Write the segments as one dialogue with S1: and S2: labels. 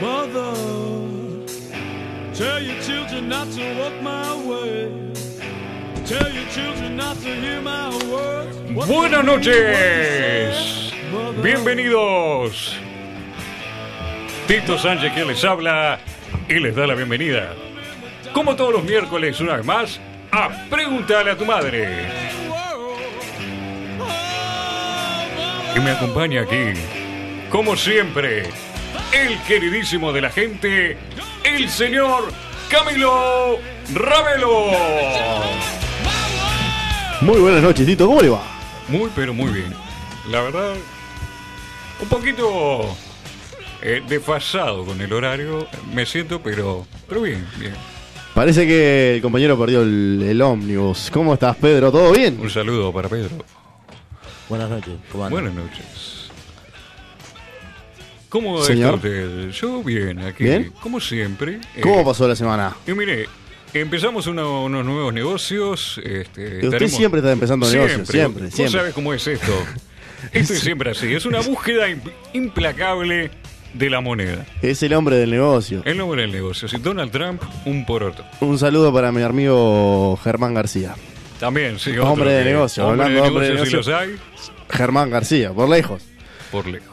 S1: Mother, tell your children not to walk my way. Tell your children not to hear my words. What they
S2: Buenas
S1: mean, what they
S2: noches,
S1: say. Mother,
S2: bienvenidos. Tito Sánchez que les habla y les da la bienvenida. Como todos los miércoles, una vez más, a Pregúntale a tu madre.
S1: world.
S2: Y me acompaña aquí, como siempre, el queridísimo de la gente, el señor Camilo Ravelo.
S3: Muy buenas noches, Tito. ¿Cómo le va?
S2: Muy, pero muy bien. La verdad, un poquito eh, desfasado con el horario, me siento, pero, pero bien, bien.
S3: Parece que el compañero perdió el, el ómnibus. ¿Cómo estás, Pedro? ¿Todo bien?
S2: Un saludo para Pedro.
S4: Buenas noches, ¿cómo andan?
S2: Buenas noches. ¿Cómo está
S3: Señor.
S2: usted? Yo bien, aquí,
S3: ¿Bien?
S2: como siempre. eh,
S3: ¿Cómo pasó la semana?
S2: Y mire, empezamos uno- unos nuevos negocios. Este,
S3: Usted siempre está empezando negocios, siempre,
S2: Vos
S3: siempre.
S2: sabés cómo es esto. Esto es siempre así. Es una búsqueda im- implacable de la moneda.
S3: Es el hombre del negocio.
S2: El nombre del negocio. Si Donald Trump, un poroto.
S3: Un saludo para mi amigo Germán García.
S2: También, sí.
S3: Hombre de negocio,
S2: Hombre
S3: hablando
S2: de
S3: de hombre de
S2: negocio, si los
S3: negocio.
S2: hay,
S3: Germán García, por lejos.
S2: por lejos.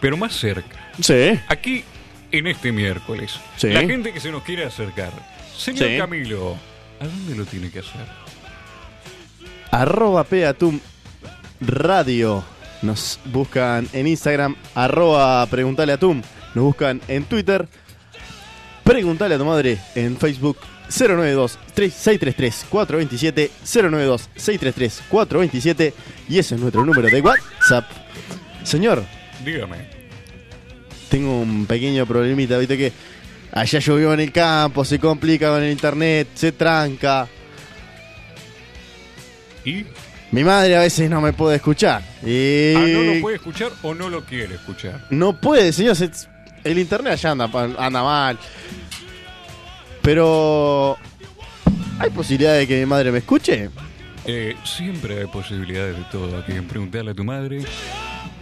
S2: Pero más cerca.
S3: Sí.
S2: aquí en este miércoles.
S3: Sí.
S2: La gente que se nos quiere acercar. Señor
S3: Sí.
S2: Camilo, ¿a dónde lo tiene que hacer?
S3: Arroba Peatum Radio. Nos buscan en Instagram. Arroba Preguntale a Tum. Nos buscan en Twitter. Preguntale a tu madre en Facebook. 092-633-427 092-633-427 Y ese es nuestro número de WhatsApp Señor,
S2: Dígame.
S3: tengo un pequeño problemita Viste que allá llovió en el campo Se complica con el internet Se tranca
S2: ¿Y?
S3: Mi madre a veces no me puede escuchar y...
S2: Ah, ¿No lo puede escuchar o no lo quiere escuchar?
S3: No puede, señor. se- El internet allá anda, pa- anda mal. Pero. ¿Hay posibilidad de que mi madre me escuche?
S2: Eh, siempre hay posibilidades de todo aquí en Preguntarle a tu madre.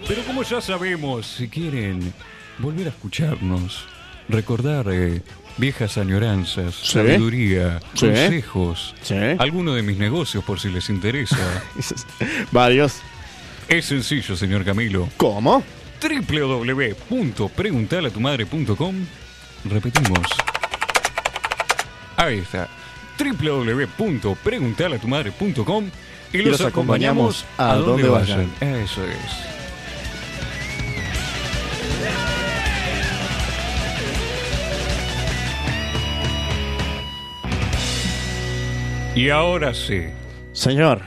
S2: Pero como ya sabemos, si quieren volver a escucharnos, recordar eh, viejas añoranzas, sabiduría,
S3: Sí.
S2: consejos,
S3: Sí.
S2: alguno de mis negocios por si les interesa.
S3: Varios.
S2: es sencillo, señor Camilo.
S3: ¿Cómo?
S2: www.preguntalatumadre.com Repetimos. Ahí está. www.preguntalatumadre.com y, los, acompañamos a donde vayan. Eso es. Y ahora sí,
S3: Señor.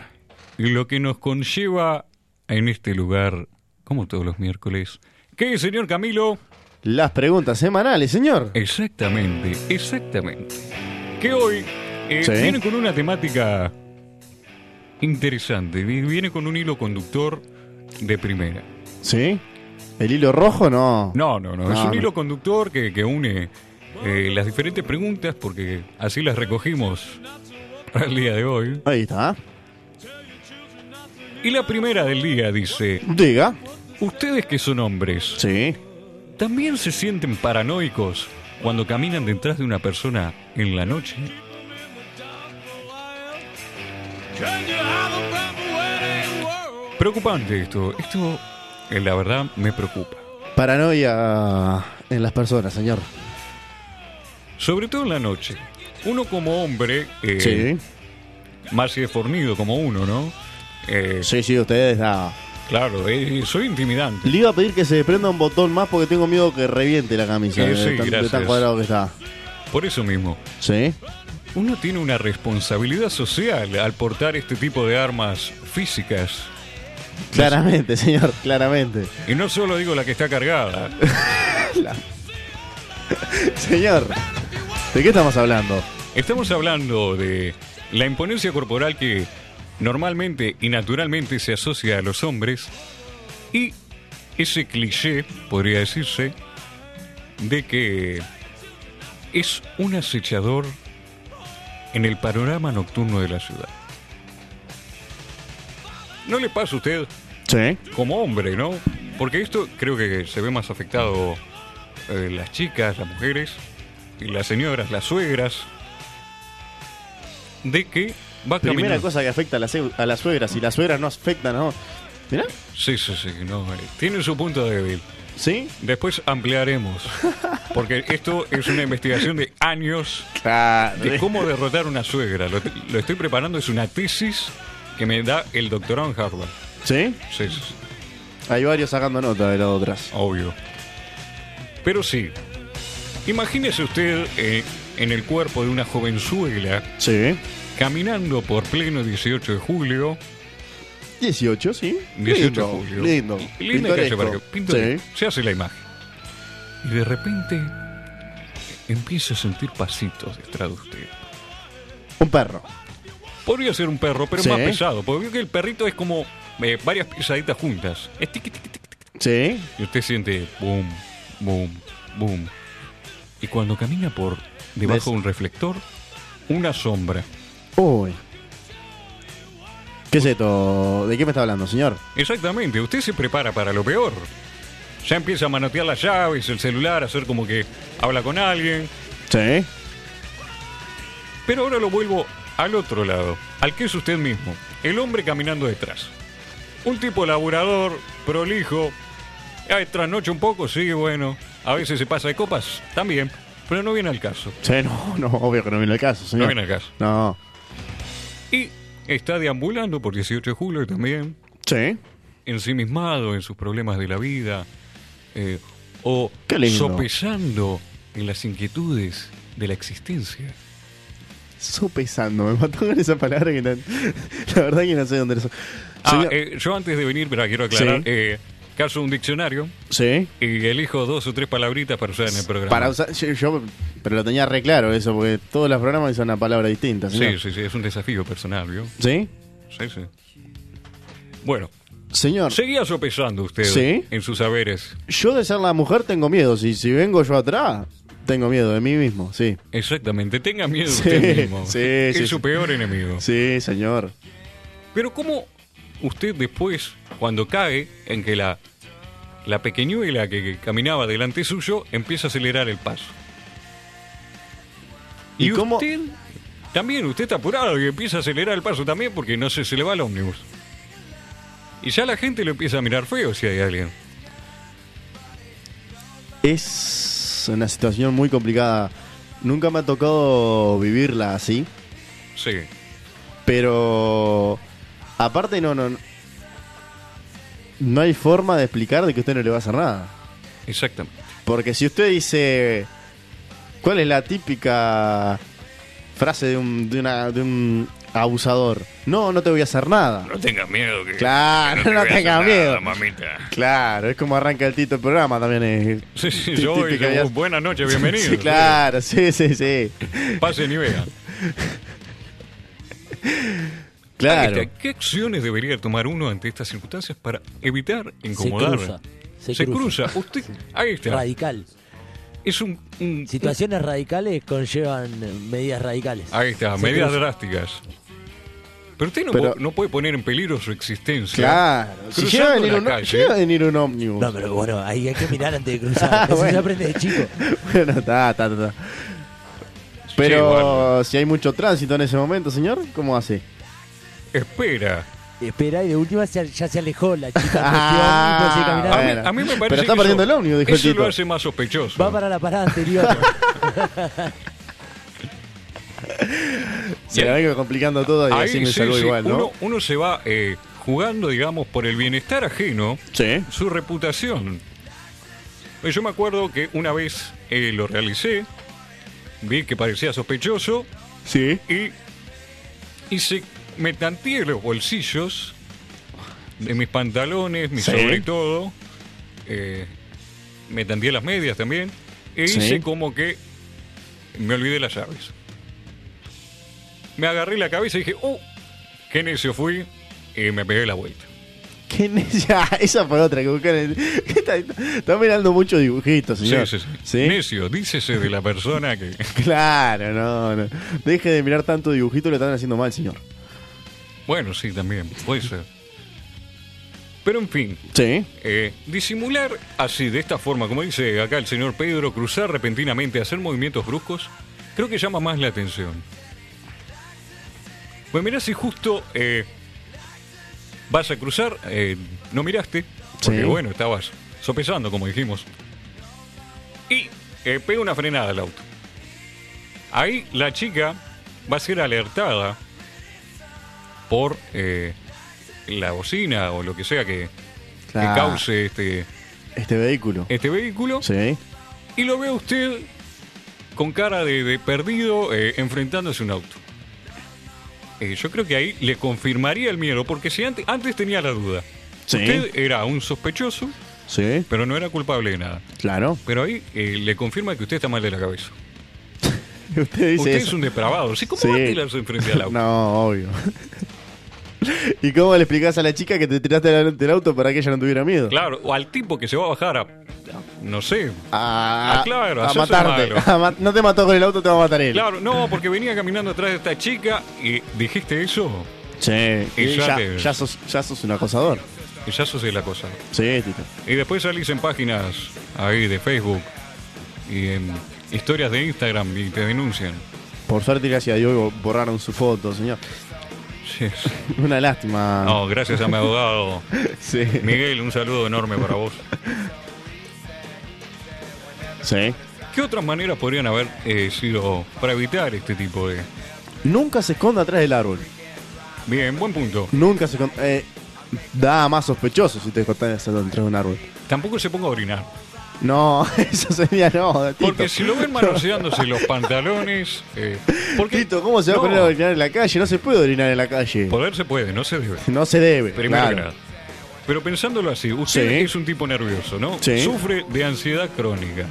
S2: lo que nos conlleva en este lugar, como todos los miércoles, que señor Camilo,
S3: Las preguntas semanales, señor.
S2: Exactamente, exactamente. Que hoy eh,
S3: Sí.
S2: viene con una temática interesante, vi- viene con un hilo conductor de primera.
S3: ¿Sí? ¿El hilo rojo no?
S2: No, no, no, es
S3: No,
S2: un
S3: no.
S2: hilo conductor que, que une eh, las diferentes preguntas porque así las recogimos para el día de hoy.
S3: Ahí está.
S2: Y la primera del día dice,
S3: Diga.
S2: ustedes que son hombres,
S3: Sí.
S2: ¿también se sienten paranoicos cuando caminan detrás de una persona en la noche?
S1: Can you have a better wedding world?
S2: Preocupante esto. Esto, eh, la verdad, me preocupa.
S3: Paranoia en las personas, señor.
S2: Sobre todo en la noche. Uno como hombre, eh, más si es fornido como uno, ¿no? Eh,
S3: Sí, sí, ustedes. ah.
S2: Claro, eh, soy intimidante.
S3: Le iba a pedir que se prenda un botón más porque tengo miedo que reviente la camisa.
S2: Sí,
S3: de
S2: sí,
S3: tan- de
S2: gracias.
S3: tan cuadrado que está.
S2: Por eso mismo,
S3: Sí.
S2: uno tiene una responsabilidad social al portar este tipo de armas físicas.
S3: Claramente, señor, claramente.
S2: Y no solo digo la que está cargada.
S3: Señor, ¿de qué estamos hablando?
S2: Estamos hablando de la imponencia corporal que normalmente y naturalmente se asocia a los hombres y ese cliché, podría decirse, de que es un acechador en el panorama nocturno de la ciudad. ¿No le pasa a usted
S3: Sí.
S2: como hombre, no? Porque esto creo que se ve más afectado eh, las chicas, las mujeres, y las señoras, las suegras, de que va
S3: Primera
S2: caminando.
S3: cosa que afecta a las, eu- a las suegras, y las suegras no afectan, ¿no? Mirá,
S2: Sí, sí, sí, no, eh, tiene su punto débil.
S3: ¿sí?
S2: Después ampliaremos, porque esto es una investigación de años
S3: Claro.
S2: de cómo derrotar a una suegra. Lo, lo estoy preparando, es una tesis que me da el doctorado en Harvard.
S3: ¿Sí?
S2: Sí, sí, sí,
S3: Hay varios sacando nota de las otras.
S2: obvio. Pero sí, imagínese usted eh, en el cuerpo de una jovenzuela
S3: Sí.
S2: caminando por pleno 18 de julio.
S3: 18, sí.
S2: 18
S3: lindo,
S2: de julio.
S3: Lindo.
S2: Y Linda calle
S3: pintoresco.
S2: Parque. Pintoresco.
S3: Sí.
S2: Se hace la imagen. Y de repente empieza a sentir pasitos detrás de usted.
S3: Un perro.
S2: Podría ser un perro, pero
S3: Sí.
S2: más pesado. Porque vio que el perrito es como eh, varias pisaditas juntas. Es tiqui, tiqui, tiqui, tiqui.
S3: Sí.
S2: Y usted siente boom, boom, boom. Y cuando camina por debajo
S3: ¿Ves?
S2: de un reflector, una sombra.
S3: Uy. ¿Qué es esto? ¿De qué me está hablando, señor?
S2: Exactamente, usted se prepara para lo peor. Ya empieza a manotear las llaves, el celular, a hacer como que habla con alguien.
S3: Sí.
S2: Pero ahora lo vuelvo al otro lado, al que es usted mismo, el hombre caminando detrás. Un tipo laburador, prolijo, eh, trasnocha un poco, sí, bueno, a veces se pasa de copas, también, pero no viene al caso.
S3: Sí, no, no, obvio que no viene el caso, señor.
S2: No viene al caso.
S3: No.
S2: Y está deambulando por 18 de julio también,
S3: Sí.
S2: ensimismado en sus problemas de la vida, eh, o
S3: Qué lindo.
S2: sopesando en las inquietudes de la existencia.
S3: Sopesando, me mató con esa palabra que tan- la verdad que no sé dónde eso.
S2: Ah, eh, yo antes de venir, pero quiero aclarar,
S3: Sí.
S2: eh, caso un diccionario,
S3: sí.
S2: Y elijo dos o tres palabritas para usar en el programa.
S3: Para usar, yo, yo- pero lo tenía re claro eso, porque todos los programas dicen una palabra distinta,
S2: Sí,
S3: señor.
S2: sí, sí, es un desafío personal, ¿vio?
S3: ¿Sí?
S2: Sí, sí. Bueno,
S3: Señor,
S2: seguía sopesando usted
S3: Sí.
S2: en sus saberes.
S3: yo de ser la mujer tengo miedo. Si, si vengo yo atrás, tengo miedo de mí mismo, sí.
S2: Exactamente, tenga miedo
S3: Sí,
S2: usted mismo.
S3: sí,
S2: es
S3: sí,
S2: su
S3: sí.
S2: peor enemigo.
S3: Sí, señor.
S2: Pero ¿cómo usted después, cuando cae en que la, la pequeñuela que, que caminaba delante suyo empieza a acelerar el paso?
S3: ¿Y cómo-
S2: usted también, usted está apurado y empieza a acelerar el paso también porque no sé, se le va el ómnibus. Y ya la gente lo empieza a mirar feo si hay alguien.
S3: Es una situación muy complicada. Nunca me ha tocado vivirla así,
S2: Sí.
S3: pero aparte no, no, no hay forma de explicar de que usted no le va a hacer nada.
S2: Exactamente.
S3: Porque si usted dice, ¿cuál es la típica frase de un, de una- de un abusador? No, no te voy a hacer nada.
S2: No tengas miedo que.
S3: Claro,
S2: que
S3: no
S2: te voy a
S3: tengas
S2: hacer nada,
S3: miedo.
S2: mamita.
S3: Claro, es como arranca el título del programa también. Es
S2: Sí, sí,
S3: tí-
S2: yo voy,
S3: típica
S2: yo,
S3: ya-
S2: buenas noches, bienvenido.
S3: Sí, claro, sí, sí, sí.
S2: Pasen y vean.
S3: Claro.
S2: Ahí está. Este, ¿Qué acciones debería tomar uno ante estas circunstancias para evitar
S4: Se
S2: incomodar?
S4: cruza.
S2: Se, cruza. Usted, ahí está.
S4: Radical.
S2: Es un, un-
S4: Situaciones radicales conllevan eh, medidas radicales.
S2: ahí está,
S4: Se
S2: medidas
S4: cruza.
S2: drásticas. Pero usted no,
S3: Pero-
S2: po- no puede poner en peligro su existencia.
S3: Claro. Si
S2: Cruzando
S3: llega a venir
S2: la
S3: un,
S2: calle. ¿eh?
S3: llega a venir un ómnibus.
S4: No, pero bueno, ahí hay que mirar antes de cruzar.
S3: Ah,
S4: Eso se
S3: bueno.
S4: aprende de chico.
S3: bueno, está, está, está, está.
S2: Sí,
S3: Pero
S2: bueno,
S3: si hay mucho tránsito en ese momento, señor, ¿cómo hace?
S2: espera.
S4: Espera, y de última se- ya se alejó la chica. en cuestión
S3: Ah,
S4: y puede seguir caminando.
S2: A mí,
S3: Bueno,
S2: a mí me
S3: pero
S2: parece.
S3: está
S2: que
S3: perdiendo
S2: eso-
S3: el ómnibus, dijo el
S2: Eso lo
S3: tipo.
S2: hace más sospechoso.
S4: Va para la parada anterior.
S3: Se la vengo complicando todo y
S2: Ahí
S3: así me
S2: sí,
S3: salvo
S2: sí,
S3: igual, ¿no?
S2: uno, uno se va eh, jugando, digamos, por el bienestar ajeno.
S3: Sí.
S2: su reputación. Eh, Yo me acuerdo que una vez eh, lo realicé, vi que parecía sospechoso
S3: Sí.
S2: y hice, me tanteé los bolsillos de mis pantalones, mi
S3: Sí.
S2: sobre todo, eh, me tanteé las medias también, e
S3: Sí.
S2: hice como que me olvidé las llaves. Me agarré la cabeza y dije, ¡uh! ¡Qué necio fui! Y me pegué la vuelta.
S3: ¿Qué necia? Esa fue otra que buscan en- ¿Qué está, está mirando muchos dibujitos,
S2: Sí,
S3: señor.
S2: sí, sí. Necio, dícese de la persona que...
S3: Claro, no, no. Deje de mirar tanto dibujito, le están haciendo mal, señor.
S2: Bueno, sí, también, puede ser. Pero en fin,
S3: Sí.
S2: eh, disimular así, de esta forma, como dice acá el señor Pedro, cruzar repentinamente, hacer movimientos bruscos, creo que llama más la atención. Pues mirá si justo eh, vas a cruzar, eh, no miraste, porque
S3: Sí.
S2: bueno, estabas sopesando, como dijimos. Y eh, pega una frenada al auto. Ahí la chica va a ser alertada por eh, la bocina o lo que sea que, que
S3: Ah,
S2: cause este,
S3: Este vehículo.
S2: este vehículo.
S3: Sí.
S2: Y lo ve a usted con cara de, de perdido eh, enfrentándose a un auto. Eh, yo creo que ahí le confirmaría el miedo, porque si antes, antes tenía la duda.
S3: Sí.
S2: Usted era un sospechoso,
S3: Sí.
S2: pero no era culpable de nada.
S3: Claro.
S2: Pero ahí eh, le confirma que usted está mal de la cabeza.
S3: Usted dice
S2: usted
S3: eso.
S2: es un depravado. ¿Sí? ¿Cómo
S3: Sí.
S2: va a tirarse enfrente al auto?
S3: No, obvio. ¿Y cómo le explicás a la chica que te tiraste del del auto para que ella no tuviera miedo?
S2: Claro, o al tipo que se va a bajar a. No sé.
S3: A,
S2: Ah, claro,
S3: a
S2: hacerse
S3: matarte.
S2: malo.
S3: A ma- no te mató con el auto, te va a matar él.
S2: Claro, no, porque venía caminando atrás de esta chica y dijiste eso.
S3: Sí.
S2: Y
S3: Y
S2: ya
S3: ya,
S2: te-
S3: ya sos, ya sos un acosador.
S2: Y ya sos el acosador.
S3: Sí, Tito.
S2: Y después salís en páginas ahí de Facebook y en historias de Instagram y te denuncian.
S3: Por suerte, gracias a Dios, bo- borraron su foto, señor.
S2: Sí.
S3: Una lástima.
S2: No, gracias a mi abogado.
S3: Sí.
S2: Miguel, un saludo enorme para vos.
S3: Sí.
S2: ¿Qué otras maneras podrían haber eh, sido para evitar este tipo de...
S3: Nunca se esconda atrás del árbol.
S2: Bien, buen punto.
S3: Nunca se esconda. eh, da más sospechoso si te escondas atrás de un árbol.
S2: Tampoco se ponga a orinar.
S3: No, eso sería no. Tito.
S2: Porque si lo ven manoseándose los pantalones... eh, porque,
S3: Tito, ¿cómo se va a poner a
S2: No,
S3: orinar en la calle? No se puede orinar en la calle.
S2: Poder se puede, no se debe.
S3: No se debe.
S2: Primero que
S3: claro.
S2: nada. Pero pensándolo así, usted
S3: Sí.
S2: es un tipo nervioso, ¿no?
S3: Sí.
S2: Sufre de ansiedad crónica.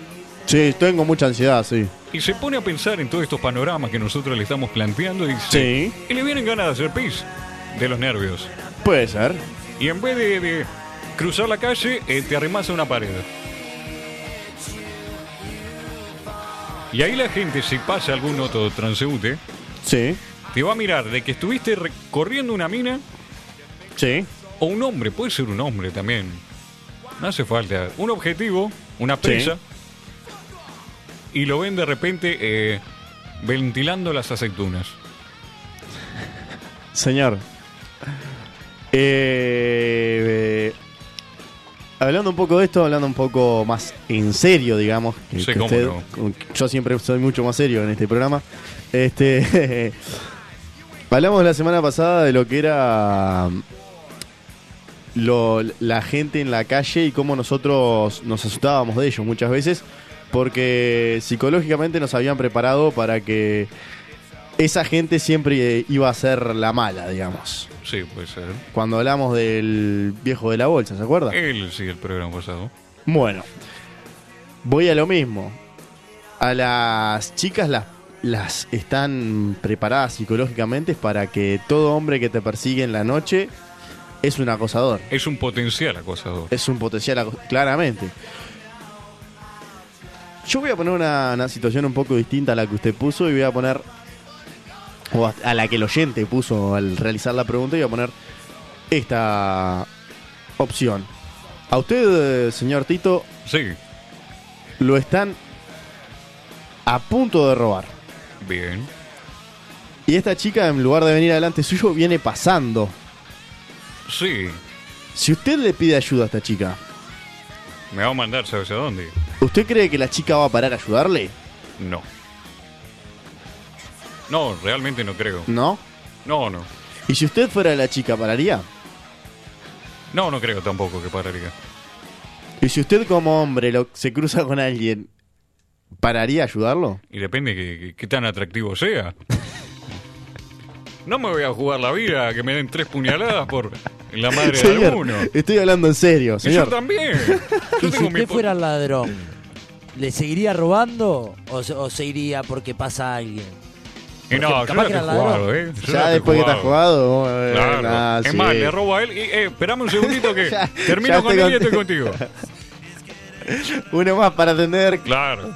S3: Sí, tengo mucha ansiedad, sí.
S2: Y se pone a pensar en todos estos panoramas que nosotros le estamos planteando y, dice-
S3: Sí.
S2: y le vienen ganas de hacer pis de los nervios.
S3: Puede ser.
S2: Y en vez de, de cruzar la calle, eh, te arrimas a una pared. Y ahí la gente, si pasa algún otro transeúnte,
S3: Sí.
S2: te va a mirar de que estuviste recorriendo una mina
S3: Sí.
S2: o un hombre, puede ser un hombre también. No hace falta. Un objetivo, una presa. Y lo ven de repente eh, ventilando las aceitunas.
S3: Señor. Eh, eh, hablando un poco de esto, hablando un poco más en serio, digamos. que-
S2: Sí,
S3: que
S2: cómo
S3: usted-
S2: no.
S3: con- Yo siempre soy mucho más serio en este programa. Este. hablamos la semana pasada de lo que era. um, lo- la gente en la calle y cómo nosotros nos asustábamos de ellos muchas veces. Porque psicológicamente nos habían preparado para que esa gente siempre eh, iba a ser la mala, digamos.
S2: Sí, puede ser.
S3: Cuando hablamos del viejo de la bolsa, ¿se acuerda?
S2: Él sí, el programa pasado.
S3: Bueno, voy a lo mismo. A las chicas las, las están preparadas psicológicamente para que todo hombre que te persigue en la noche es un acosador.
S2: Es un potencial acosador.
S3: Es un potencial, aco- claramente. Yo voy a poner una, una situación un poco distinta a la que usted puso y voy a poner, o a, a la que el oyente puso al realizar la pregunta, y voy a poner esta opción. A usted, eh, señor Tito,
S2: Sí,
S3: lo están a punto de robar.
S2: bien.
S3: Y esta chica, en lugar de venir adelante suyo, viene pasando.
S2: Sí,
S3: Si usted le pide ayuda a esta chica,
S2: me va a mandar, ¿sabes a dónde?
S3: ¿usted cree que la chica va a parar a ayudarle?
S2: No. No, realmente no creo.
S3: ¿No?
S2: No, no.
S3: ¿Y si usted fuera la chica, pararía?
S2: No, no creo tampoco que pararía.
S3: ¿Y si usted como hombre lo, se cruza con alguien, pararía a ayudarlo?
S2: Y depende que, que- qué tan atractivo sea. No me voy a jugar la vida a que me den tres puñaladas por la madre de
S3: Señor,
S2: alguno.
S3: estoy hablando en serio,
S2: Y Yo
S3: señor.
S2: también. Yo
S4: Y si
S2: tengo mi
S4: usted
S2: po-
S4: fuera ladrón, ¿le seguiría robando o se, o se iría porque pasa alguien?
S2: Y no,
S4: porque
S2: yo la
S4: capaz que
S2: estoy
S4: era ladrón.
S2: jugado, ¿eh? Yo la
S3: Ya
S2: estoy
S3: después que te has jugado, eh,
S2: Claro.
S3: nah,
S2: es
S3: sí.
S2: más, le robo a él y eh, esperame un segundito que
S3: Ya-
S2: termino
S3: ya
S2: con él
S3: estoy
S2: y estoy
S3: contigo.
S2: contigo.
S3: uno más para atender.
S2: Claro.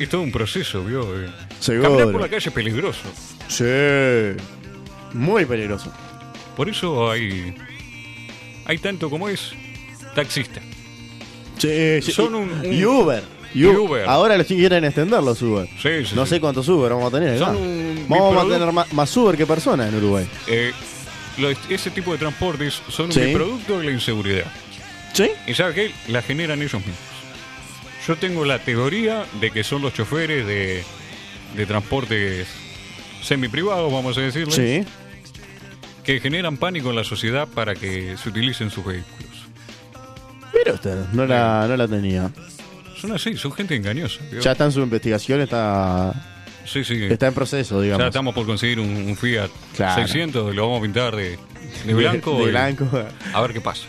S2: Es todo un proceso, ¿vio? Eh, Caminar por
S3: Seguro.
S2: la calle es peligroso.
S3: Sí. Muy peligroso.
S2: Por eso hay hay tanto como es taxista.
S3: Sí, sí.
S2: Son un- un-
S3: Y Uber. Y
S2: Y
S3: Uber.
S2: Uber.
S3: Ahora los chicos quieren extender los Uber.
S2: Sí, sí,
S3: no
S2: sí.
S3: sé cuántos Uber vamos a tener.
S2: Son
S3: ¿verdad?
S2: un
S3: Vamos a
S2: biproducto.
S3: tener más, más Uber que personas en Uruguay.
S2: Eh, lo- ese tipo de transportes son
S3: Sí.
S2: un producto de la inseguridad.
S3: ¿Sí?
S2: ¿Y sabes qué? La generan ellos mismos. Yo tengo la teoría de que son los choferes de, de transportes semiprivados, vamos a decirlo,
S3: Sí.
S2: que generan pánico en la sociedad para que se utilicen sus vehículos.
S3: Mira usted, no la, no la tenía.
S2: Son así, son gente engañosa. ¿vio?
S3: Ya está en su investigación, está,
S2: sí, sí.
S3: está en proceso, digamos.
S2: ya estamos por conseguir un, un Fiat
S3: Claro.
S2: 600, lo vamos a pintar de, de blanco.
S3: De,
S2: y-
S3: blanco.
S2: A ver qué pasa.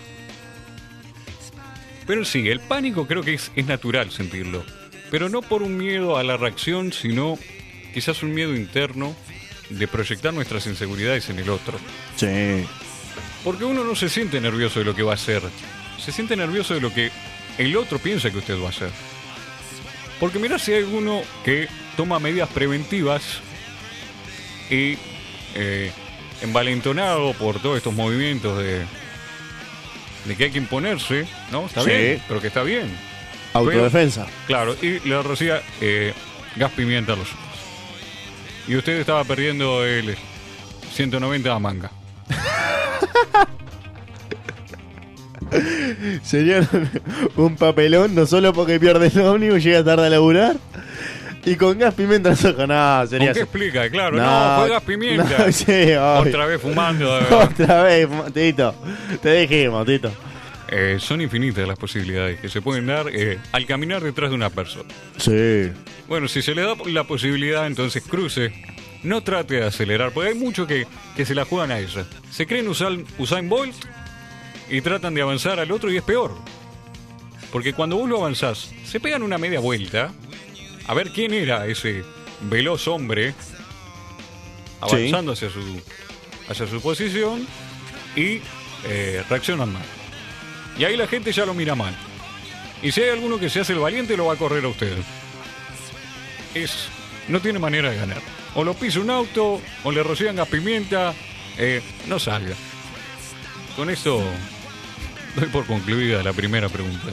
S2: Pero sí, el pánico creo que es, es natural sentirlo. Pero no por un miedo a la reacción, sino quizás un miedo interno de proyectar nuestras inseguridades en el otro.
S3: Sí.
S2: Porque uno no se siente nervioso de lo que va a hacer. Se siente nervioso de lo que el otro piensa que usted va a hacer. Porque mirá si hay alguno que toma medidas preventivas y eh, envalentonado por todos estos movimientos de, de que hay que imponerse, ¿no? Está
S3: Sí.
S2: bien, pero que está bien.
S3: Autodefensa.
S2: Claro, y le rocía eh, gas pimienta a los ojos. Y usted estaba perdiendo el 190 a manga.
S3: Sería un papelón, no solo porque pierde el ómnibus, llega tarde a laburar. Y con gas pimienta en los ojos. No,
S2: ¿Con
S3: sería.
S2: qué explica? Claro, no, fue gas pimienta.
S3: no, sí, obvio.
S2: Otra vez fumando.
S3: Otra vez, mo- Tito. Te dijimos, Tito.
S2: Eh, son infinitas las posibilidades que se pueden dar eh, al caminar detrás de una persona.
S3: Sí.
S2: Bueno, si se le da la posibilidad, entonces cruce. No trate de acelerar, porque hay muchos que, que se la juegan a ella. Se creen Usain, Usain Bolt y tratan de avanzar al otro y es peor. Porque cuando vos lo avanzás, se pegan una media vuelta a ver quién era ese veloz hombre avanzando hacia, su, hacia su posición y eh, reaccionan mal. Y ahí la gente ya lo mira mal. Y si hay alguno que se hace el valiente, lo va a correr a usted es no tiene manera de ganar. O lo pisa un auto, o le rocían gas pimienta, eh, no salga. Con esto doy por concluida la primera pregunta.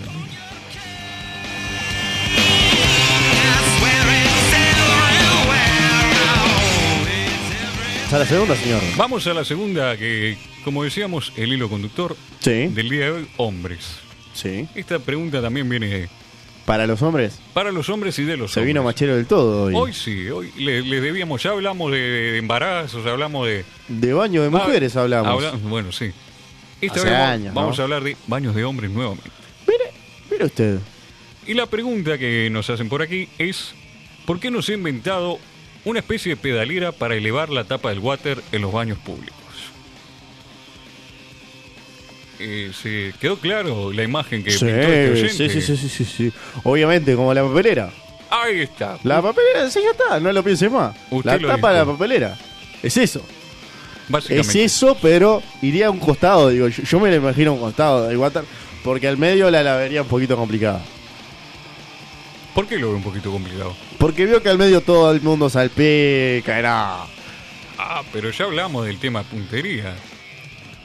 S3: ¿A la segunda, señor?
S2: Vamos a la segunda, que como decíamos, el hilo conductor
S3: Sí.
S2: del día de hoy, hombres.
S3: Sí.
S2: Esta pregunta también viene
S3: Para los hombres,
S2: para los hombres y de los
S3: se
S2: hombres.
S3: vino machero del todo hoy.
S2: Hoy sí, hoy le, le debíamos, ya hablamos de, de embarazos, hablamos de...
S3: De baño de mujeres
S2: Ah,
S3: hablamos.
S2: habla- bueno, sí. Esta
S3: Hace
S2: vez vamos-
S3: años, ¿no?
S2: vamos a hablar de baños de hombres nuevamente.
S3: Mire usted.
S2: Y la pregunta que nos hacen por aquí es, ¿por qué no se ha inventado una especie de pedalera para elevar la tapa del water en los baños públicos? Eh, ¿Se quedó claro la imagen que
S3: Sí,
S2: pintó este oyente?
S3: sí, sí, sí, sí, sí, sí. Obviamente, como la papelera.
S2: Ahí está.
S3: La papelera, sí, ya está, no lo pienses más.
S2: Usted
S3: la
S2: lo
S3: tapa de la
S2: dijo.
S3: papelera. Es eso. Es
S2: Básicamente.
S3: eso, pero iría a un costado, digo. Yo, yo me lo imagino a un costado del water, porque al medio la la vería un poquito complicada.
S2: ¿Por qué lo veo un poquito complicado?
S3: Porque veo que al medio todo el mundo salpica, era.
S2: Ah, pero ya hablamos del tema puntería.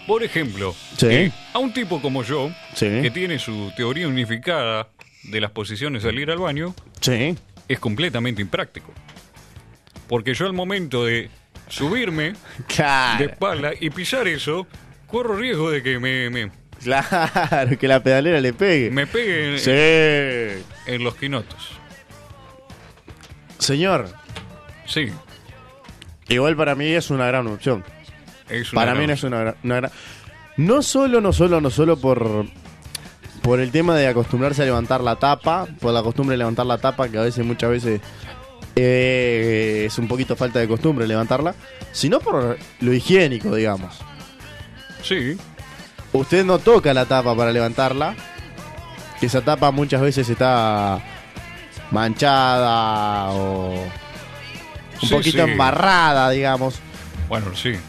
S2: Por ejemplo,
S3: Sí.
S2: eh, a un tipo como yo,
S3: Sí.
S2: que tiene su teoría unificada de las posiciones al ir al baño,
S3: Sí.
S2: es completamente impráctico. Porque yo al momento de subirme de
S3: Claro.
S2: espalda y pisar eso, corro riesgo de que me, me,
S3: Claro, que la pedalera le pegue.
S2: me peguen
S3: Sí.
S2: en los quinotos.
S3: Señor,
S2: Sí,
S3: igual para mí es una gran opción.
S2: es una
S3: Para mí
S2: gran-
S3: es una, gra- una gran... No solo, no solo, no solo por, por el tema de acostumbrarse a levantar la tapa, por la costumbre de levantar la tapa, que a veces, muchas veces eh, es un poquito falta de costumbre levantarla, sino por lo higiénico, digamos.
S2: Sí,
S3: Usted no toca la tapa para levantarla, que esa tapa muchas veces está manchada o un
S2: Sí,
S3: poquito
S2: sí.
S3: embarrada, digamos,
S2: bueno, sí.
S3: o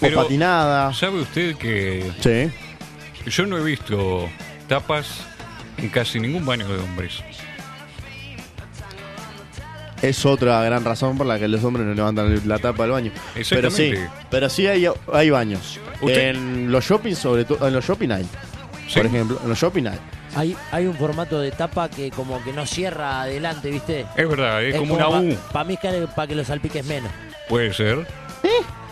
S2: Pero,
S3: patinada.
S2: ¿sabe usted que
S3: Sí.
S2: yo no he visto tapas en casi ningún baño de hombres?
S3: es otra gran razón por la que los hombres no levantan la tapa del baño. Pero sí,
S2: Exactamente.
S3: pero sí hay, hay baños.
S2: Usted-
S3: En los shopping, sobre todo, en los shopping hay.
S2: Sí.
S3: Por ejemplo, en los shopping hay.
S4: Hay, hay un formato de tapa que como que no cierra adelante, ¿viste?
S2: Es verdad, es, como, una U.
S4: Para mí es para que lo salpiques menos.
S2: Puede ser.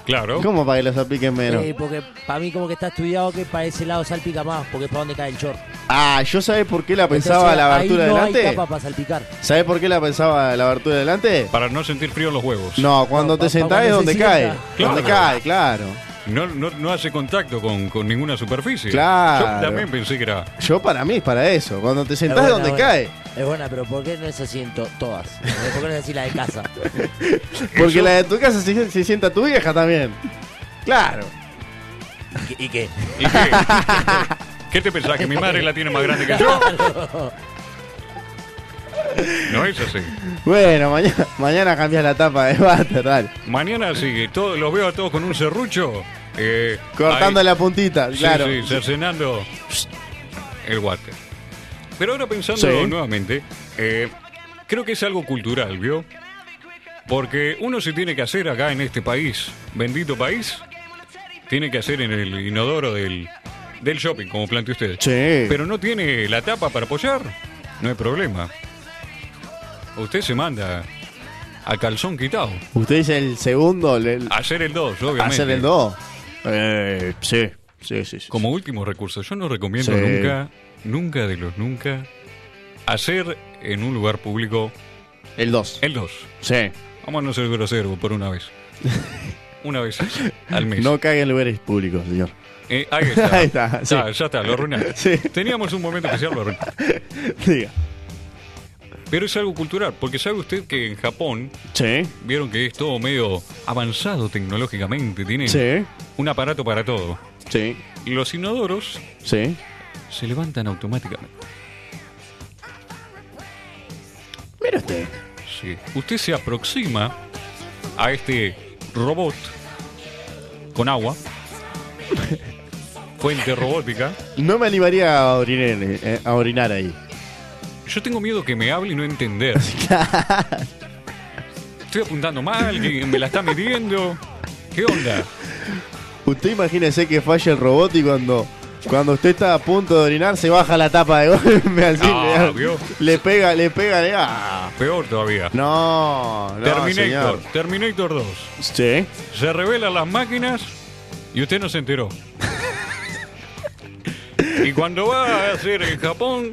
S2: Claro.
S3: ¿Eh? ¿Cómo para que los apliquen menos?
S4: Eh, porque para mí como que está estudiado que para ese lado salpica más, porque es para donde cae el short.
S3: Ah, ¿yo sabés por qué la pensaba
S4: Entonces,
S3: la
S4: ahí
S3: abertura
S4: no
S3: delante?
S4: hay tapa para salpicar.
S3: ¿Sabés por qué la pensaba la abertura delante?
S2: Para no sentir frío en los huevos.
S3: No, cuando
S4: No,
S3: te
S4: pa- pa-
S3: sentás
S4: cuando
S3: es
S4: se
S3: donde
S4: sienta.
S3: cae.
S2: Claro.
S3: Donde cae, claro.
S2: No, no, no hace contacto con, con ninguna superficie.
S3: Claro.
S2: Yo también pensé que era.
S3: Yo para mí es para eso. Cuando te sentás
S4: buena,
S3: es donde
S4: buena.
S3: cae.
S4: Es buena, pero ¿por qué no es así en to- todas? ¿Por qué no es así la de casa?
S3: Porque
S2: Eso-
S3: la de tu casa se, se sienta tu vieja también. Claro.
S4: ¿Y qué-
S2: ¿Y
S4: ¿Y qué?
S2: qué? ¿Qué te pensás? ¿Que mi madre la tiene más grande que yo? No es así.
S3: Bueno, mañana, mañana cambias la tapa de váter, dale.
S2: Mañana sí, todos, los veo a todos con un serrucho. eh,
S3: Cortando
S2: ahí-
S3: la puntita,
S2: Sí,
S3: claro.
S2: sí, cercenando el water. Pero ahora pensando
S3: Sí.
S2: nuevamente, eh, creo que es algo cultural, ¿vio? Porque uno se tiene que hacer acá en este país, bendito país, tiene que hacer en el inodoro del, del shopping, como plantea usted.
S3: Sí.
S2: Pero no tiene la tapa para apoyar, no hay problema. Usted se manda a calzón quitado.
S3: Usted dice el segundo, el- el-
S2: a Hacer el 2, obviamente.
S3: hacer el 2. Eh, sí, sí, sí. sí.
S2: Como último recurso, yo no recomiendo
S3: Sí.
S2: nunca, nunca de los nunca, hacer en un lugar público
S3: El 2.
S2: el 2.
S3: Sí.
S2: Vamos a no ser grosero por una vez. una vez al mes.
S3: No caiga en lugares públicos, señor.
S2: Eh, ahí está.
S3: Ahí está, sí.
S2: Ya, ya está, lo arruinaste.
S3: Sí.
S2: Teníamos un momento especial, lo arruinaste.
S3: Diga.
S2: Pero es algo cultural, porque sabe usted que en Japón
S3: Sí.
S2: vieron que es todo medio avanzado tecnológicamente, tienen
S3: Sí.
S2: un aparato para todo.
S3: Sí.
S2: Y los inodoros
S3: Sí.
S2: se levantan automáticamente.
S3: Mira usted.
S2: Sí. Usted se aproxima a este robot con agua, fuente robótica.
S3: No me animaría a orinar, eh, a orinar ahí.
S2: Yo tengo miedo que me hable y no entender. Estoy apuntando mal, que me la está midiendo. ¿Qué onda?
S3: Usted imagínese que falla el robot y cuando, cuando usted está a punto de orinar se baja la tapa de golpe así.
S2: Ah,
S3: le,
S2: vio.
S3: le pega, le pega, le ah.
S2: Peor todavía.
S3: No, no,
S2: Terminator,
S3: señor.
S2: Terminator 2.
S3: Sí.
S2: Se revelan las máquinas y usted no se enteró. y cuando va a hacer en Japón,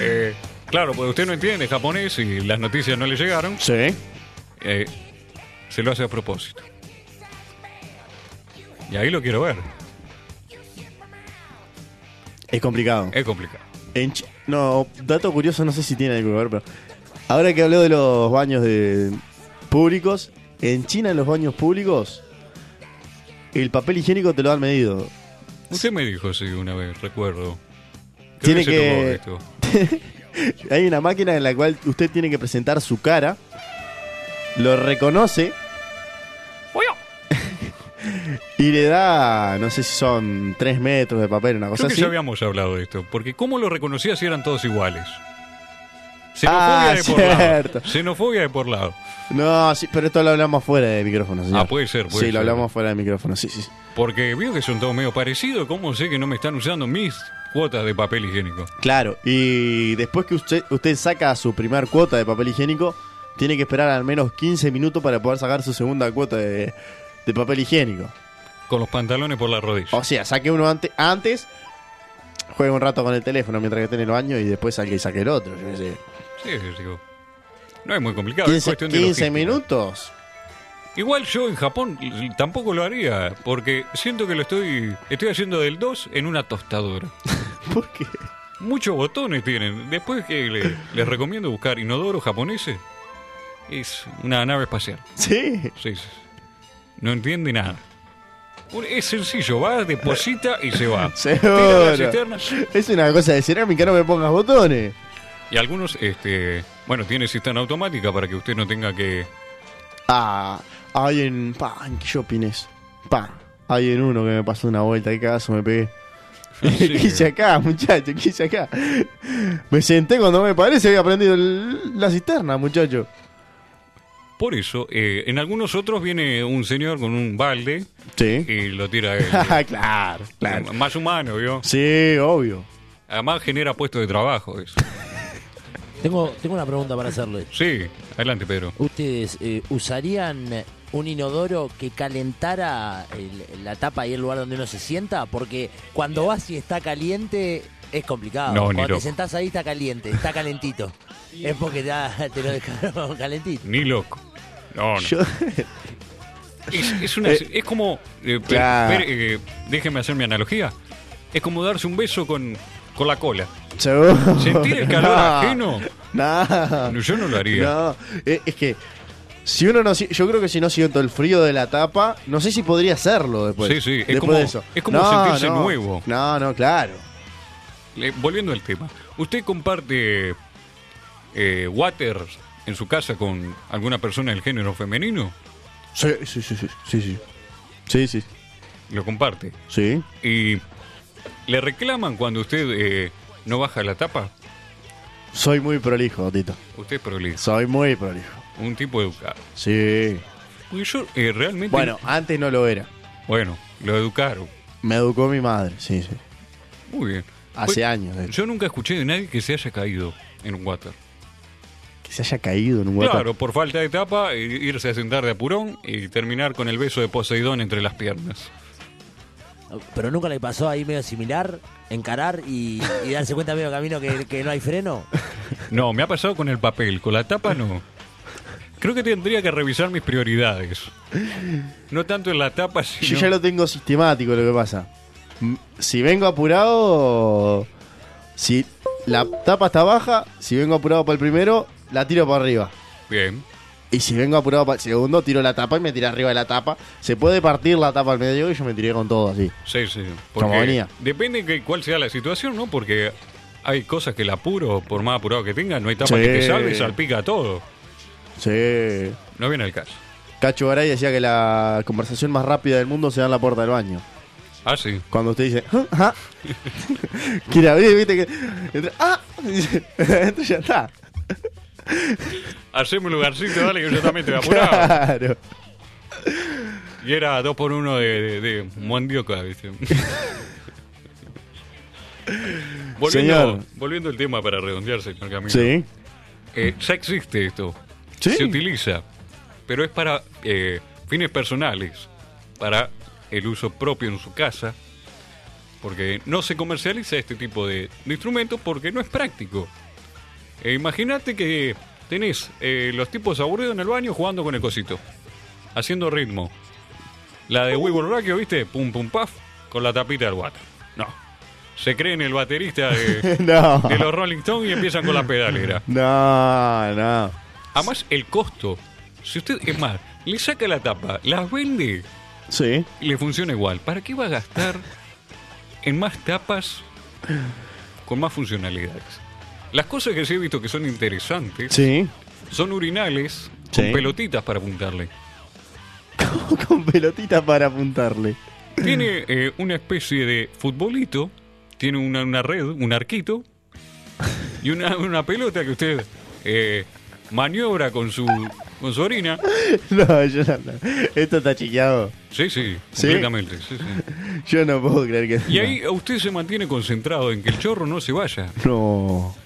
S2: eh, claro, pues usted no entiende japonés y las noticias no le llegaron,
S3: Sí.
S2: eh, se lo hace a propósito. Y ahí lo quiero ver.
S3: Es complicado.
S2: Es complicado.
S3: En Chi- no, dato curioso, no sé si tiene algo que ver, pero. Ahora que habló de los baños de públicos, en China en los baños públicos, el papel higiénico te lo han medido.
S2: Usted me dijo sí una vez, recuerdo. Creo
S3: Tiene
S2: se
S3: que-
S2: tomó esto.
S3: Hay una máquina en la cual usted tiene que presentar su cara, lo reconoce y le da, no sé si son 3 metros de papel, una cosa
S2: Creo que
S3: así.
S2: ya habíamos hablado de esto, porque ¿cómo lo reconocía si eran todos iguales? Xenofobia
S3: Ah,
S2: de por lado.
S3: cierto.
S2: Xenofobia de por lado.
S3: No, sí, pero esto lo hablamos fuera de micrófono, señor.
S2: Ah, puede ser, puede
S3: Sí,
S2: ser.
S3: lo hablamos fuera de micrófono, sí, sí. sí.
S2: Porque veo que son todos medio parecidos. ¿Cómo sé que no me están usando mis cuotas de papel higiénico?
S3: Claro, y después que usted, usted saca su primer cuota de papel higiénico, tiene que esperar al menos 15 minutos para poder sacar su segunda cuota de, de papel higiénico.
S2: Con los pantalones por la rodilla.
S3: O sea, saque uno ante- antes, juegue un rato con el teléfono mientras que esté en el baño y después salga y saque el otro. yo qué sé.
S2: Sí, sí, digo. No es muy complicado. es
S3: 15,
S2: cuestión de
S3: 15
S2: logística.
S3: minutos.
S2: Igual yo en Japón l- tampoco lo haría. Porque siento que lo estoy. Estoy haciendo del 2 en una tostadora.
S3: ¿Por qué?
S2: Muchos botones tienen. Después que le- les recomiendo buscar inodoros japoneses. Es una nave espacial.
S3: Sí.
S2: Sí, sí. No entiende nada. Un- Es sencillo, va, deposita y se va. Tira la
S3: Seguro.
S2: cisterna.
S3: Es una cosa de cerámica, no me pongas botones.
S2: Y algunos, este, bueno, tiene cisterna automática para que usted no tenga que.
S3: Ah, hay en. Pa, ¿en qué shopping es? Pa, hay en uno que me pasó una vuelta de caso, me pegué.
S2: Sí.
S3: quise acá, muchacho, quise acá. Me senté cuando me parece, había prendido el- la cisterna, muchacho.
S2: Por eso, eh, en algunos otros viene un señor con un balde
S3: Sí.
S2: y lo tira a él.
S3: claro, claro.
S2: Más humano, ¿vio?
S3: Sí, obvio.
S2: Además genera puestos de trabajo eso.
S4: Tengo, tengo una pregunta para hacerle.
S2: Sí, adelante Pedro.
S4: ¿Ustedes eh, usarían un inodoro que calentara el- la tapa y el lugar donde uno se sienta? Porque cuando vas y está caliente es complicado.
S2: No, ni
S4: cuando
S2: loco.
S4: te sentás ahí está caliente, está calentito. es porque ya te lo dejaron calentito.
S2: Ni loco. No, no.
S3: Yo-
S2: Es, es una-
S3: Eh,
S2: es como. eh, per-
S3: claro.
S2: per- eh, déjeme hacer mi analogía. Es como darse un beso con, con la cola.
S3: Seguro.
S2: Sentir el calor ajeno.
S3: No.
S2: No, yo no lo haría.
S3: No, eh, es que si uno no, si- yo creo que si no siento el frío de la tapa, no sé si podría hacerlo después.
S2: Sí, sí, es
S3: después
S2: como-
S3: de eso.
S2: es como
S3: No,
S2: sentirse
S3: no.
S2: nuevo.
S3: No, no, claro.
S2: Le- volviendo al tema. ¿Usted comparte eh, water en su casa con alguna persona del género femenino?
S3: Sí, sí, sí, sí, sí, sí. Sí, sí.
S2: Lo comparte.
S3: Sí.
S2: ¿Y le reclaman cuando usted eh, no baja la tapa?
S3: Soy muy prolijo, Tito.
S2: Usted es prolijo.
S3: Soy muy prolijo.
S2: Un tipo educado.
S3: Sí.
S2: Porque yo eh, realmente.
S3: Bueno, antes no lo era.
S2: Bueno, lo educaron.
S3: Me educó mi madre, sí, sí.
S2: Muy bien.
S3: Hace
S2: Pues,
S3: años. de hecho.
S2: Yo nunca escuché de nadie que se haya caído en un water.
S3: Que se haya caído en un hueco.
S2: Claro, por falta de tapa, i- irse a sentar de apurón y terminar con el beso de Poseidón entre las piernas.
S4: Pero nunca le pasó ahí medio similar, encarar y, y darse cuenta medio camino que, que no hay freno.
S2: No, me ha pasado con el papel, con la tapa no. Creo que tendría que revisar mis prioridades. No tanto en la tapa,
S3: Yo
S2: sino...
S3: ya lo tengo sistemático lo que pasa. M- Si vengo apurado, si la tapa está baja, si vengo apurado para el primero, la tiro para arriba.
S2: Bien.
S3: Y si vengo apurado para el segundo, tiro la tapa y me tira arriba de la tapa. Se puede partir la tapa al medio y yo me tiré con todo así.
S2: Sí, sí.
S3: Como
S2: Porque
S3: venía.
S2: depende de cuál sea la situación, ¿no? Porque hay cosas que el apuro, por más apurado que tenga, no hay tapa
S3: Sí.
S2: que te salve y salpica todo.
S3: Sí.
S2: No viene el caso.
S3: Cacho Garay decía que la conversación más rápida del mundo se da en la puerta del baño.
S2: Ah, sí.
S3: Cuando usted dice, "Ah, ah", quiere abrir, viste que. entra, ¡Ah! Entra y ya está.
S2: Haceme un lugarcito, dale, que yo también estoy apurado.
S3: Claro.
S2: Y era dos por uno de, de, de Mondioca, ¿viste? volviendo,
S3: Señor.
S2: volviendo al tema para redondearse, señor Camilo.
S3: Sí.
S2: Eh, ya existe esto.
S3: Sí.
S2: Se utiliza. Pero es para eh, fines personales. Para el uso propio en su casa. Porque no se comercializa este tipo de, de instrumentos porque no es práctico. E Imagínate que tenés eh, los tipos aburridos en el baño jugando con el cosito. Haciendo ritmo. La de We Will Rock You, ¿viste? Pum, pum, paf. Con la tapita del water. No. Se creen el baterista de,
S3: No.
S2: de los Rolling Stones y empiezan con la pedalera.
S3: No, no.
S2: Además, el costo. Si usted, es más, le saca la tapa, las vende
S3: Sí.
S2: y le funciona igual. ¿Para qué va a gastar en más tapas con más funcionalidades? Las cosas que sí he visto que son interesantes
S3: Sí.
S2: son urinales con
S3: Sí.
S2: pelotitas para apuntarle.
S3: Con pelotitas para apuntarle.
S2: Tiene eh, una especie de futbolito, tiene una, una red, un arquito y una, una pelota que usted eh, maniobra con su, con su orina.
S3: No, yo no. no. Esto está chiqueado.
S2: Sí, sí,
S3: ¿Sí?
S2: completamente. sí, sí.
S3: Yo no puedo creer que.
S2: Y ahí usted se mantiene concentrado en que el chorro no se vaya.
S3: No.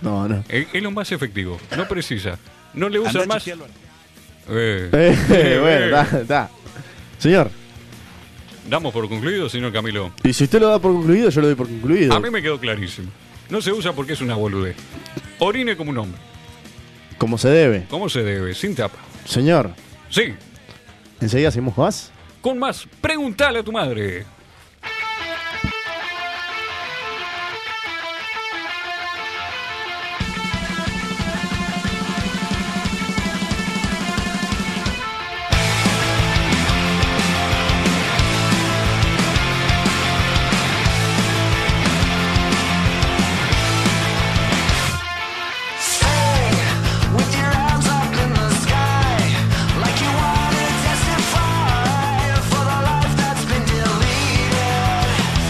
S3: No, no.
S2: Eh, Es lo más efectivo, no precisa. No le usa más. Eh,
S3: Eh,
S2: eh, eh.
S3: bueno, está, está. Señor,
S2: Damos por concluido, señor Camilo.
S3: y si usted lo da por concluido, yo lo doy por concluido.
S2: A mí me quedó clarísimo. No se usa porque es una boludez. Orine como un hombre.
S3: Como se debe.
S2: ¿Cómo se debe? Sin tapa.
S3: Señor,
S2: Sí.
S3: enseguida hacemos más.
S2: Con más, pregúntale a tu madre.
S5: With your hands up in the sky, like you wanna testify for the life that's been deleted.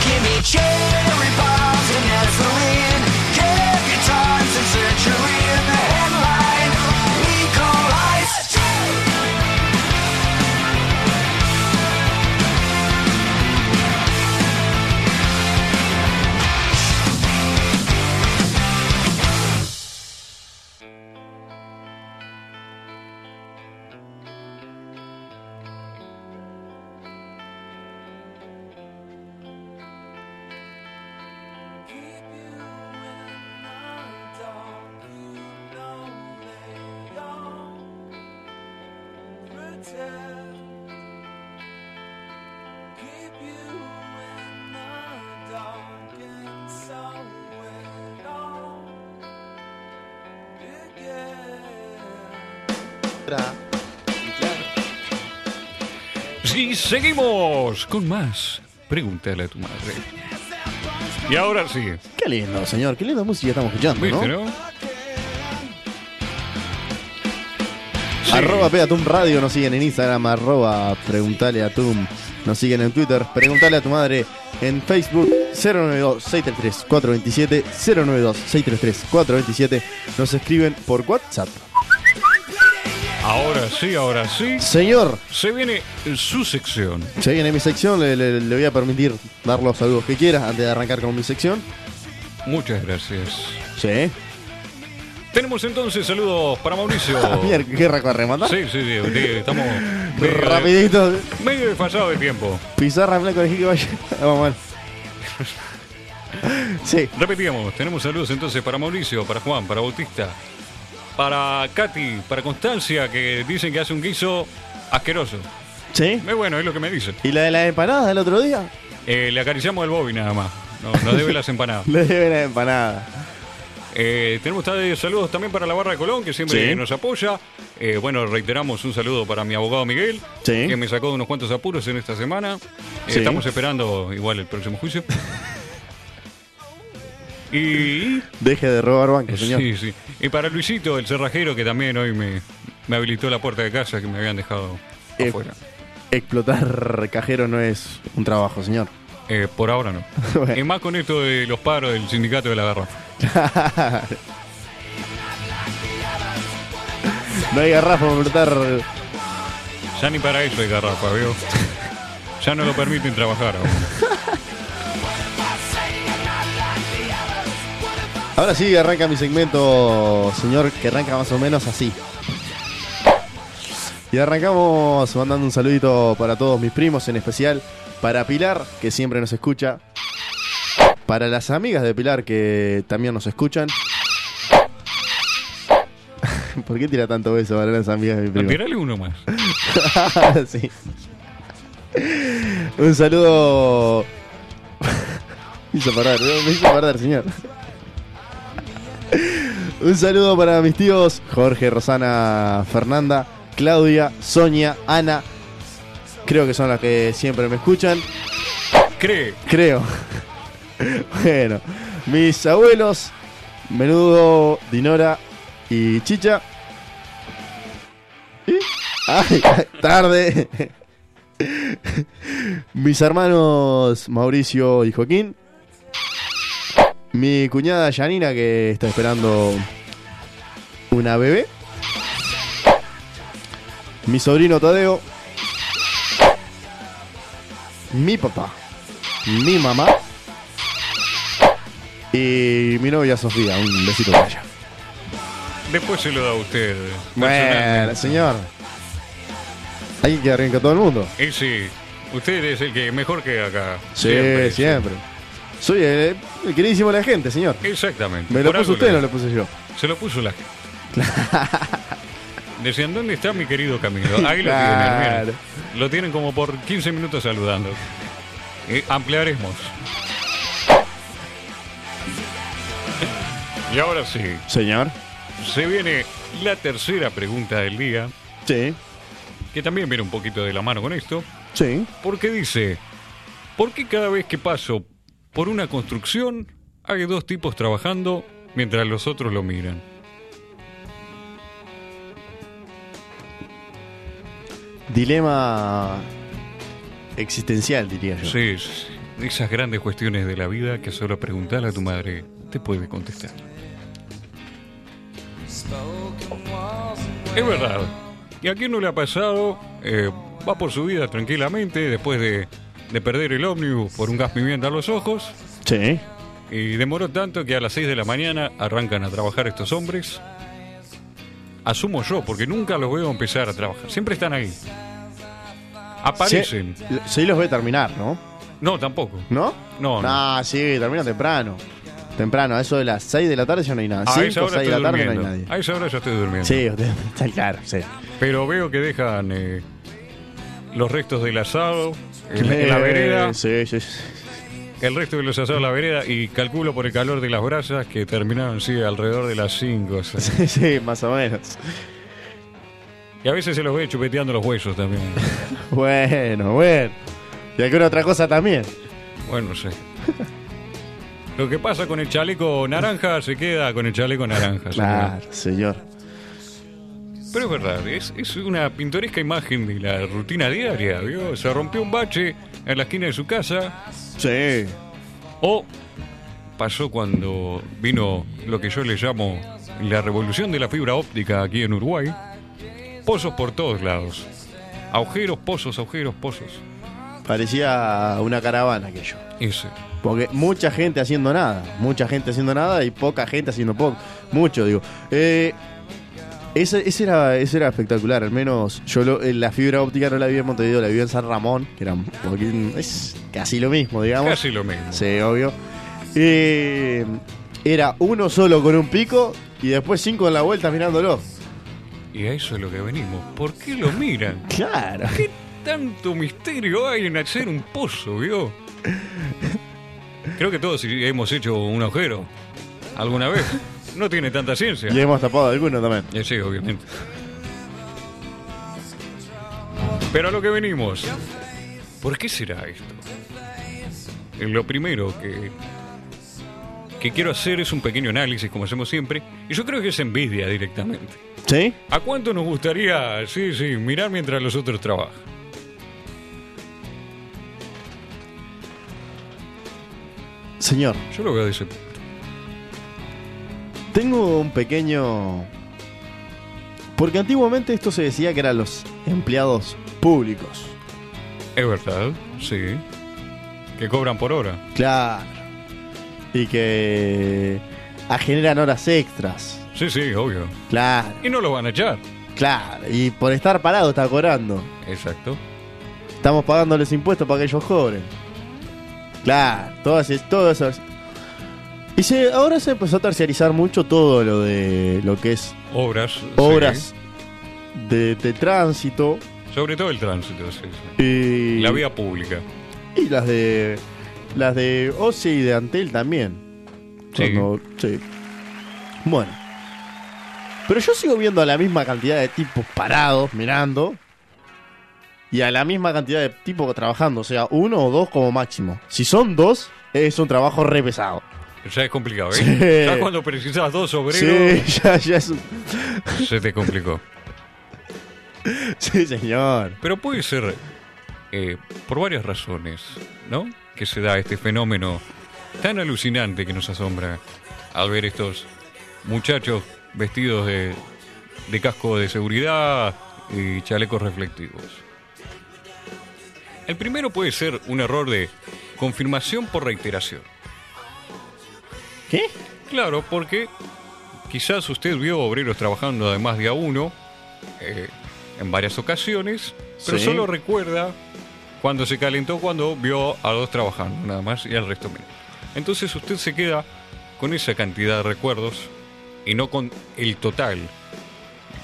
S5: Cherry bombs and Nephilim. Give your times and surgery in the headline. Nicolai's.
S2: Sí, seguimos con más. Pregúntale a tu madre. Y ahora sí,
S3: Qué lindo, señor. Qué linda música estamos escuchando, ¿no?
S2: ¿viste, no? Sí.
S3: Arroba Pegatum Radio, nos siguen en Instagram, arroba Preguntale a Tum. Nos siguen en Twitter, Preguntale a tu madre. En Facebook, 092-633-427, 092-633-427. Nos escriben por WhatsApp.
S2: Ahora sí, ahora sí.
S3: Señor,
S2: Se viene su sección.
S3: se viene mi sección, le, le- le voy a permitir dar los saludos que quiera antes de arrancar con mi sección.
S2: Muchas gracias.
S3: Sí.
S2: Tenemos entonces saludos para Mauricio.
S3: Ah, mira, qué raco a rematar.
S2: Sí, sí, sí, sí, estamos medio, de-
S3: Rapidito.
S2: medio desfasados de tiempo.
S3: Pizarra blanco de que vaya. Vamos a ver. Sí.
S2: Repetíamos, tenemos saludos entonces para Mauricio, para Juan, para Bautista, para Katy, para Constancia, que dicen que hace un guiso asqueroso.
S3: Sí.
S2: Muy bueno, es lo que me dicen.
S3: ¿Y la de las empanadas del otro día?
S2: Eh, le acariciamos el Bobby nada más. No, no debe las empanadas.
S3: Le deben las empanadas.
S2: Eh, tenemos tal- saludos también para la Barra de Colón, que siempre
S3: Sí.
S2: nos apoya. Eh, bueno, reiteramos un saludo para mi abogado Miguel,
S3: Sí.
S2: que me sacó de unos cuantos apuros en esta semana. Eh,
S3: Sí.
S2: Estamos esperando igual el próximo juicio. y,
S3: Deje de robar bancos, señor.
S2: Eh, sí, sí. y para Luisito, el cerrajero, que también hoy me, me habilitó la puerta de casa que me habían dejado
S3: Eh.
S2: afuera.
S3: Explotar cajero no es un trabajo, señor.
S2: Eh, por ahora no.
S3: Bueno.
S2: Y más con esto de los paros del sindicato de la garrafa.
S3: No hay garrafa para explotar.
S2: Ya ni para eso hay garrafa, ¿veo? Ya no lo permiten trabajar ahora.
S3: Ahora sí arranca mi segmento, señor, que arranca más o menos así. Y arrancamos mandando un saludito para todos mis primos, en especial para Pilar, que siempre nos escucha. Para las amigas de Pilar, que también nos escuchan. ¿Por qué tira tanto beso para las amigas de mi primo?
S2: Tirale uno más.
S3: Sí. Un saludo. me hizo parar, me hizo parar, señor. Un saludo para mis tíos Jorge, Rosana, Fernanda, Claudia, Sonia, Ana. Creo que son las que siempre me escuchan.
S2: Cree.
S3: Creo. Bueno, mis abuelos, menudo, Dinora y Chicha. Y- Ay, tarde. Mis hermanos Mauricio y Joaquín. Mi cuñada Yanina que está esperando una bebé. Mi sobrino Tadeo. Mi papá mi mamá y mi novia Sofía. Un besito para ella.
S2: Después se lo da a usted.
S3: Bueno,
S2: personalmente.
S3: señor. Hay que arrancar todo el mundo.
S2: Y sí, usted es el que mejor queda acá.
S3: Sí, siempre. Soy el, el queridísimo de la gente, señor.
S2: Exactamente.
S3: Me lo
S2: Por
S3: puso
S2: algo
S3: usted, no
S2: hizo.
S3: lo puse yo.
S2: Se lo puso la gente. Decían, ¿dónde está mi querido Camilo? Ahí lo
S3: Claro.
S2: tienen, miren. Lo tienen como por 15 minutos saludando. Eh, ampliaremos. Y ahora sí,
S3: Señor.
S2: se viene la tercera pregunta del día,
S3: Sí,
S2: que también viene un poquito de la mano con esto.
S3: sí.
S2: Porque dice, ¿por qué cada vez que paso por una construcción hay dos tipos trabajando mientras los otros lo miran?
S3: Dilema existencial, diría yo.
S2: Sí, sí, sí. esas grandes cuestiones de la vida que solo preguntar a tu madre te puede contestar. Es verdad. ¿Y a quién no le ha pasado? eh, va por su vida tranquilamente después de, de perder el ómnibus por un gas pimienta a los ojos.
S3: Sí.
S2: Y demoró tanto que a las 6 de la mañana arrancan a trabajar estos hombres. Asumo yo, porque nunca los veo empezar a trabajar. Siempre están ahí. Aparecen.
S3: Sí, sí los ve terminar, ¿no?
S2: No, tampoco.
S3: ¿No?
S2: No,
S3: Ah, sí, termina temprano. Temprano, a eso de las 6 de la tarde ya no hay nada.
S2: A
S3: 5
S2: Ah, esa
S3: o
S2: hora
S3: 6 de
S2: estoy
S3: la tarde
S2: durmiendo. Ah, Eh,
S3: no hay nadie.
S2: A esa hora yo estoy durmiendo.
S3: Sí, usted, está claro, sí.
S2: Pero veo que dejan eh, los restos del asado en, en la
S3: Eh,
S2: vereda.
S3: Sí, sí. sí.
S2: El resto de los asados en la vereda. Y calculo por el calor de las brasas que terminaron, sí, alrededor de las 5.
S3: Sí, sí, más o menos.
S2: Y a veces se los ve chupeteando los huesos también.
S3: Bueno, bueno. Y alguna otra cosa también.
S2: Bueno, no sé. Lo que pasa con el chaleco naranja se queda con el chaleco naranja. señora.
S3: Claro, señor.
S2: Pero es verdad, es, es una pintoresca imagen de la rutina diaria, ¿vio? Se rompió un bache en la esquina de su casa
S3: Sí.
S2: o pasó cuando vino lo que yo le llamo la revolución de la fibra óptica aquí en Uruguay. Pozos por todos lados. Agujeros, pozos, agujeros, pozos.
S3: Parecía una caravana aquello.
S2: Ese.
S3: Porque mucha gente haciendo nada. Mucha gente haciendo nada y poca gente haciendo poco. Mucho, digo. Eh, ese, ese era, ese era espectacular. Al menos yo lo- eh, la fibra óptica no la vi en Montevideo, la vi en San Ramón. Que era un poquín- es casi lo mismo, digamos.
S2: Casi lo mismo.
S3: Sí, obvio. Eh, era uno solo con un pico y después cinco en la vuelta mirándolo.
S2: Y a eso es lo que venimos. ¿Por qué lo miran?
S3: Claro.
S2: ¿Qué tanto misterio hay en hacer un pozo, vio? Creo que todos hemos hecho un agujero alguna vez. No tiene tanta ciencia.
S3: Y hemos tapado alguno también.
S2: Eh, Sí, obviamente. Pero a lo que venimos. ¿Por qué será esto? Eh, Lo primero que, que quiero hacer es un pequeño análisis, como hacemos siempre. Y yo creo que es envidia directamente.
S3: ¿Sí?
S2: ¿A cuánto nos gustaría, sí, sí, mirar mientras los otros trabajan?
S3: Señor,
S2: Yo lo veo de ese
S3: tengo un pequeño... Porque antiguamente esto se decía que eran los empleados públicos.
S2: Es verdad, sí. Que cobran por hora.
S3: Claro. Y que ah, generan horas extras.
S2: Sí, sí, obvio.
S3: Claro,
S2: Y no lo van a echar.
S3: claro. Y por estar parado está cobrando.
S2: Exacto.
S3: Estamos pagándoles impuestos para que ellos cobren. Claro, todas es- todo eso. Y se, ahora se empezó a terciarizar mucho todo lo de lo que es
S2: Obras.
S3: obras de, de tránsito
S2: sí. Sobre todo el tránsito, sí, sí.
S3: y,
S2: La vía pública.
S3: y las de las de OSI y de Antel también.
S2: Sí.
S3: Cuando- sí. Bueno. Pero yo sigo viendo a la misma cantidad de tipos parados mirando y a la misma cantidad de tipos trabajando, o sea, uno o dos como máximo. Si son dos, es un trabajo re pesado.
S2: Ya es complicado, ¿eh?
S3: Sí.
S2: Ya cuando precisas dos obreros,
S3: Sí, ya, ya es un-
S2: se te complicó.
S3: Sí, señor.
S2: Pero puede ser eh, por varias razones, ¿no? Que se da este fenómeno tan alucinante que nos asombra al ver estos muchachos vestidos de, de casco de seguridad y chalecos reflectivos. El primero puede ser un error de confirmación por reiteración.
S3: ¿Qué?
S2: Claro, porque quizás usted vio obreros trabajando además de a uno eh, en varias ocasiones, pero
S3: Sí.
S2: solo recuerda cuando se calentó, cuando vio a dos trabajando, nada más, y al resto menos. Entonces usted se queda con esa cantidad de recuerdos y no con el total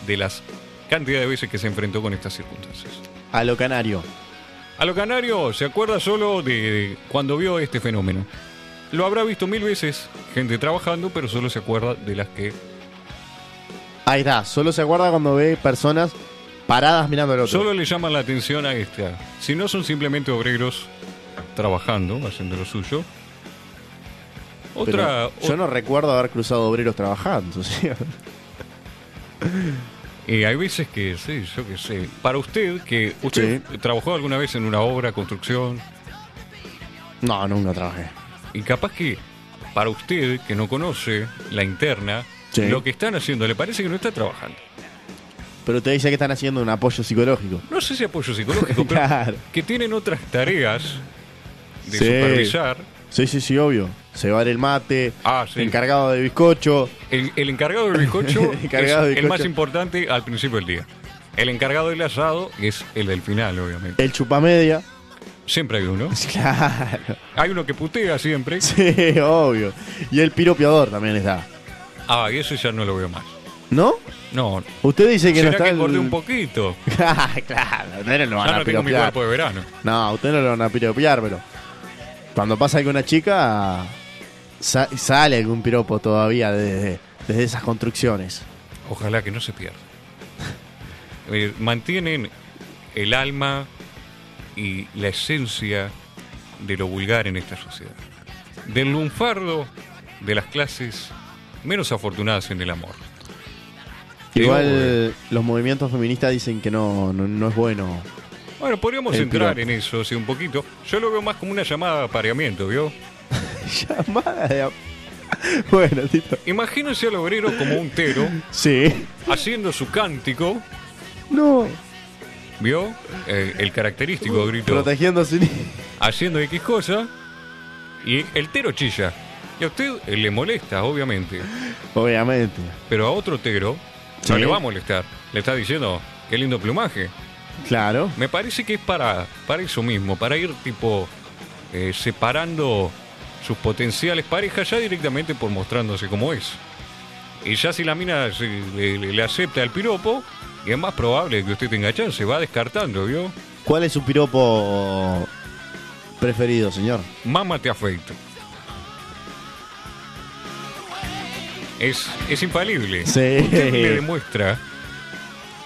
S2: de las cantidad de veces que se enfrentó con estas circunstancias.
S3: A lo canario.
S2: A lo canario se acuerda solo de, de cuando vio este fenómeno. Lo habrá visto mil veces gente trabajando, pero solo se acuerda de las que...
S3: Ahí está, solo se acuerda cuando ve personas paradas mirando al otro.
S2: Solo le llaman la atención a esta. Si no son simplemente obreros trabajando, haciendo lo suyo.
S3: Pero
S2: Otra...
S3: yo no recuerdo haber cruzado obreros trabajando. ¿sí?
S2: Y eh, hay veces que, sí, yo qué sé. Para usted, que usted trabajó alguna vez en una obra, construcción,
S3: No, nunca trabajé.
S2: Y capaz que para usted, que no conoce la interna,
S3: Sí.
S2: lo que están haciendo le parece que no está trabajando.
S3: Pero te dice que están haciendo un apoyo psicológico.
S2: No sé si apoyo psicológico, pero
S3: Claro.
S2: que tienen otras tareas de
S3: Sí.
S2: supervisar.
S3: Sí, sí, sí, obvio. Cebar el mate,
S2: Ah, sí.
S3: encargado de bizcocho.
S2: El, el encargado del bizcocho
S3: El encargado
S2: es
S3: del
S2: el más
S3: bizcocho.
S2: importante al principio del día. El encargado del asado es el del final, obviamente.
S3: El chupamedia.
S2: Siempre hay uno.
S3: Claro.
S2: Hay uno que putea siempre.
S3: Sí, obvio. Y el piropiador también está.
S2: Ah, y ese ya no lo veo más.
S3: ¿No?
S2: No,
S3: Usted dice que
S2: ¿Será
S3: no está.
S2: que
S3: el-
S2: engordé un poquito?
S3: claro, ustedes no lo van
S2: Ya
S3: a
S2: no tengo mi
S3: piropear.
S2: cuerpo de verano.
S3: No, ustedes no lo van a piropear, pero. Cuando pasa con una chica, sa- sale algún piropo todavía desde, desde esas construcciones.
S2: Ojalá que no se pierda. Eh, mantienen el alma y la esencia de lo vulgar en esta sociedad. Del lunfardo de las clases menos afortunadas en el amor. Creo
S3: Igual los movimientos feministas dicen que no, no, no es bueno.
S2: Bueno, podríamos
S3: El
S2: entrar
S3: piropo.
S2: en eso, sí, un poquito. Yo lo veo más como una llamada de apareamiento, ¿vio?
S3: Llamada de. ap- Bueno, Tito.
S2: Imagínense al obrero como un tero,
S3: Sí.
S2: haciendo su cántico,
S3: No.
S2: ¿vio? Eh, el característico grito.
S3: Protegiendo a su ni-
S2: haciendo X cosa y el tero chilla. Y a usted eh, le molesta, obviamente,
S3: Obviamente.
S2: pero a otro tero no
S3: Sí.
S2: le va a molestar. Le está diciendo, qué lindo plumaje.
S3: Claro.
S2: Me parece que es para, para eso mismo, para ir tipo eh, separando sus potenciales parejas ya directamente por mostrándose como es. Y ya si la mina se- le, le- le acepta el piropo, y es más probable que usted tenga chance, va descartando, ¿vio?
S3: ¿Cuál es su piropo preferido, señor?
S2: Mama te afecto. Es, es infalible.
S3: Sí.
S2: Usted le demuestra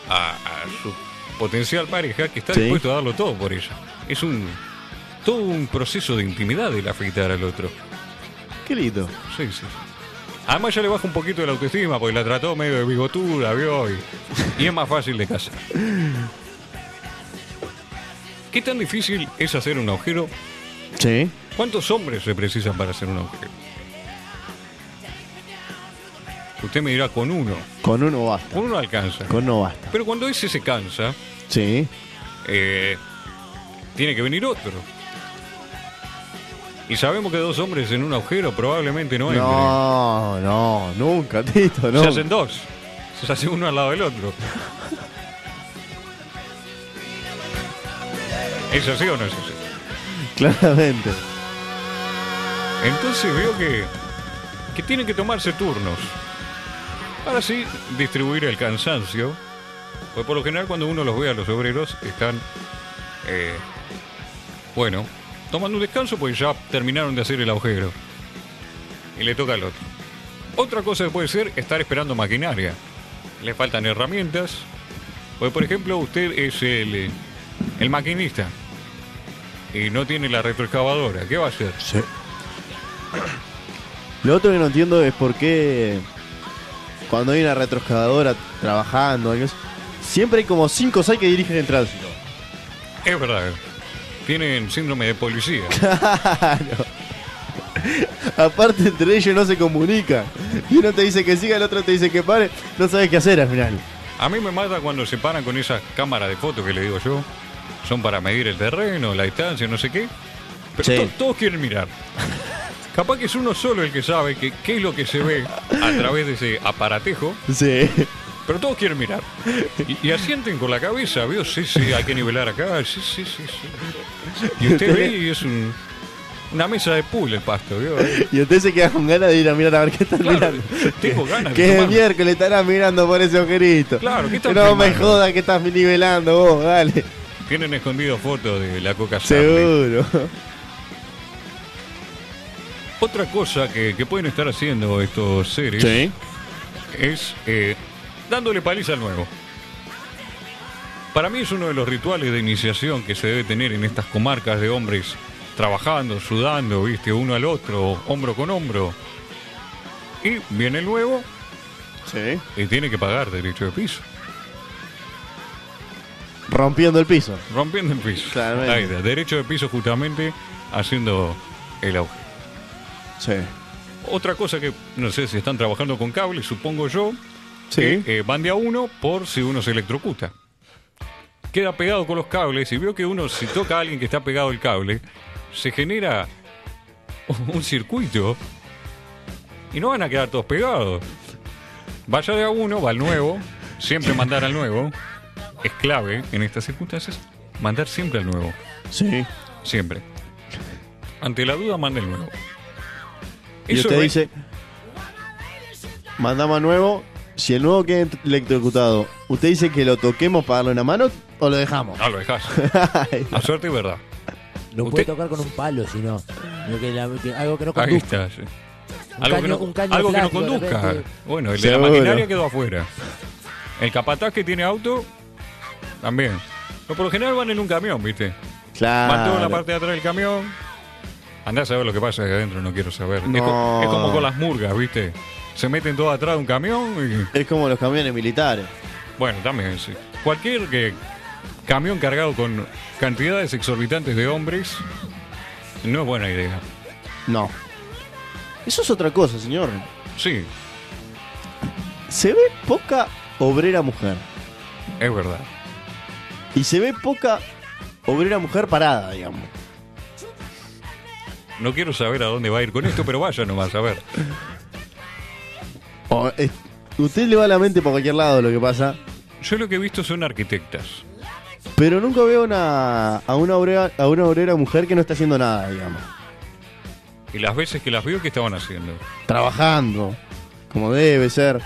S2: a, a su potencial pareja que está
S3: Sí.
S2: dispuesto a darlo todo por ella. Es un todo un proceso de intimidad el afectar al otro.
S3: Qué lindo.
S2: Sí, sí. Además ya le baja un poquito de la autoestima porque la trató medio de bigotuda, vio, y, y es más fácil de casar. ¿Qué tan difícil es hacer un agujero
S3: Sí.
S2: ¿Cuántos hombres se precisan para hacer un agujero? Usted me dirá, con uno.
S3: Con uno basta.
S2: Con uno alcanza.
S3: Con no basta.
S2: Pero cuando ese se cansa,
S3: Sí.
S2: eh, tiene que venir otro. Y sabemos que dos hombres en un agujero probablemente no entren.
S3: No, no, nunca, Tito, no.
S2: Se hacen dos. Se hace uno al lado del otro. ¿Es así o no es así?
S3: Claramente.
S2: Entonces veo que, que tienen que tomarse turnos. Para así distribuir el cansancio. Pues por lo general cuando uno los ve a los obreros están, eh, bueno, tomando un descanso porque ya terminaron de hacer el agujero. Y le toca al otro. Otra cosa que puede ser estar esperando maquinaria. Le faltan herramientas. Pues por ejemplo usted es el, eh, el maquinista. Y no tiene la retroexcavadora. ¿Qué va a hacer?
S3: Sí. Lo otro que no entiendo es por qué cuando hay una retroexcavadora trabajando, algo así, siempre hay como 5 o 6 que dirigen el tránsito.
S2: Es verdad. Tienen síndrome de policía.
S3: Aparte entre ellos no se comunican. Y uno te dice que siga, el otro te dice que pare, no sabes qué hacer al final.
S2: A mí me mata cuando se paran con esas cámaras de fotos que le digo yo. Son para medir el terreno, la distancia, no sé qué. Pero
S3: Sí.
S2: to- todos quieren mirar. Capaz que es uno solo el que sabe que- qué es lo que se ve a través de ese aparatejo,
S3: Sí.
S2: pero todos quieren mirar. Y, y asienten con la cabeza, veo, sí, sí, hay que nivelar acá, sí, sí, sí, sí. Y usted ve y es un- una mesa de pool el pasto, eh. ¿vio?
S3: Y usted se queda con ganas de ir a mirar a ver qué están
S2: Claro,
S3: mirando.
S2: tengo ganas de
S3: Que es
S2: tomar-
S3: el miércoles, estarás mirando por ese ojerito.
S2: Claro, ¿qué están
S3: No me
S2: filmando?
S3: jodas que estás nivelando vos, dale.
S2: Tienen escondido fotos de la coca Stanley.
S3: Seguro.
S2: Otra cosa que, que pueden estar haciendo estos seres es eh, dándole paliza al nuevo. Para mí es uno de los rituales de iniciación que se debe tener en estas comarcas de hombres trabajando, sudando, viste, uno al otro, hombro con hombro. Y viene el nuevo
S3: Sí.
S2: y tiene que pagar derecho de piso,
S3: Rompiendo el piso.
S2: rompiendo el piso.
S3: Claramente.
S2: Ahí está, derecho de piso justamente haciendo el auge.
S3: Sí.
S2: Otra cosa que no sé si están trabajando con cables, supongo yo,
S3: Sí.
S2: que eh, van de a uno por si uno se electrocuta. Queda pegado con los cables y veo que uno, si toca a alguien que está pegado al cable, se genera un circuito y no van a quedar todos pegados. Vaya de a uno, va al nuevo, siempre mandar al nuevo. Es clave en estas circunstancias mandar siempre al nuevo.
S3: Sí.
S2: Siempre. Ante la duda, manda el nuevo.
S3: Y
S2: Eso
S3: usted
S2: es-
S3: dice, mandamos a nuevo. Si el nuevo queda electrocutado, ¿usted dice que lo toquemos para darle una mano o lo dejamos?
S2: No Ah, lo dejas. A suerte y verdad.
S4: Lo
S2: Usted-
S4: puede tocar con un palo, si no. Lo que la- que- algo que no
S2: Ahí
S4: conduzca.
S2: está. sí. Algo,
S4: caño-
S2: que no,
S4: un caño
S2: algo que no
S4: plástico, de
S2: conduzca.
S4: repente.
S2: Bueno, el de la
S3: Seguro.
S2: maquinaria quedó afuera. El capataz que tiene auto, también. Pero por lo general van en un camión, ¿viste?
S3: Ah,
S2: Van todos en la
S3: Claro.
S2: parte de atrás del camión. Andá a saber lo que pasa ahí adentro, no quiero saber. Es,
S3: No.
S2: co- es como con las murgas, ¿viste? Se meten todos atrás de un camión y...
S3: Es como los camiones militares.
S2: Bueno, también sí. Cualquier que camión cargado con cantidades exorbitantes de hombres no es buena idea.
S3: No. Eso es otra cosa, señor.
S2: Sí,
S3: Se ve poca obrera mujer.
S2: es verdad.
S3: Y se ve poca obrera mujer parada, digamos.
S2: No quiero saber a dónde va a ir con esto, pero vaya nomás, a ver.
S3: O, eh, usted le va la mente por cualquier lado lo que pasa,
S2: Yo lo que he visto son arquitectas.
S3: pero nunca veo una, a, una obrera, a una obrera mujer que no está haciendo nada, digamos.
S2: Y las veces que las veo, ¿qué estaban haciendo?
S3: Trabajando, como debe ser.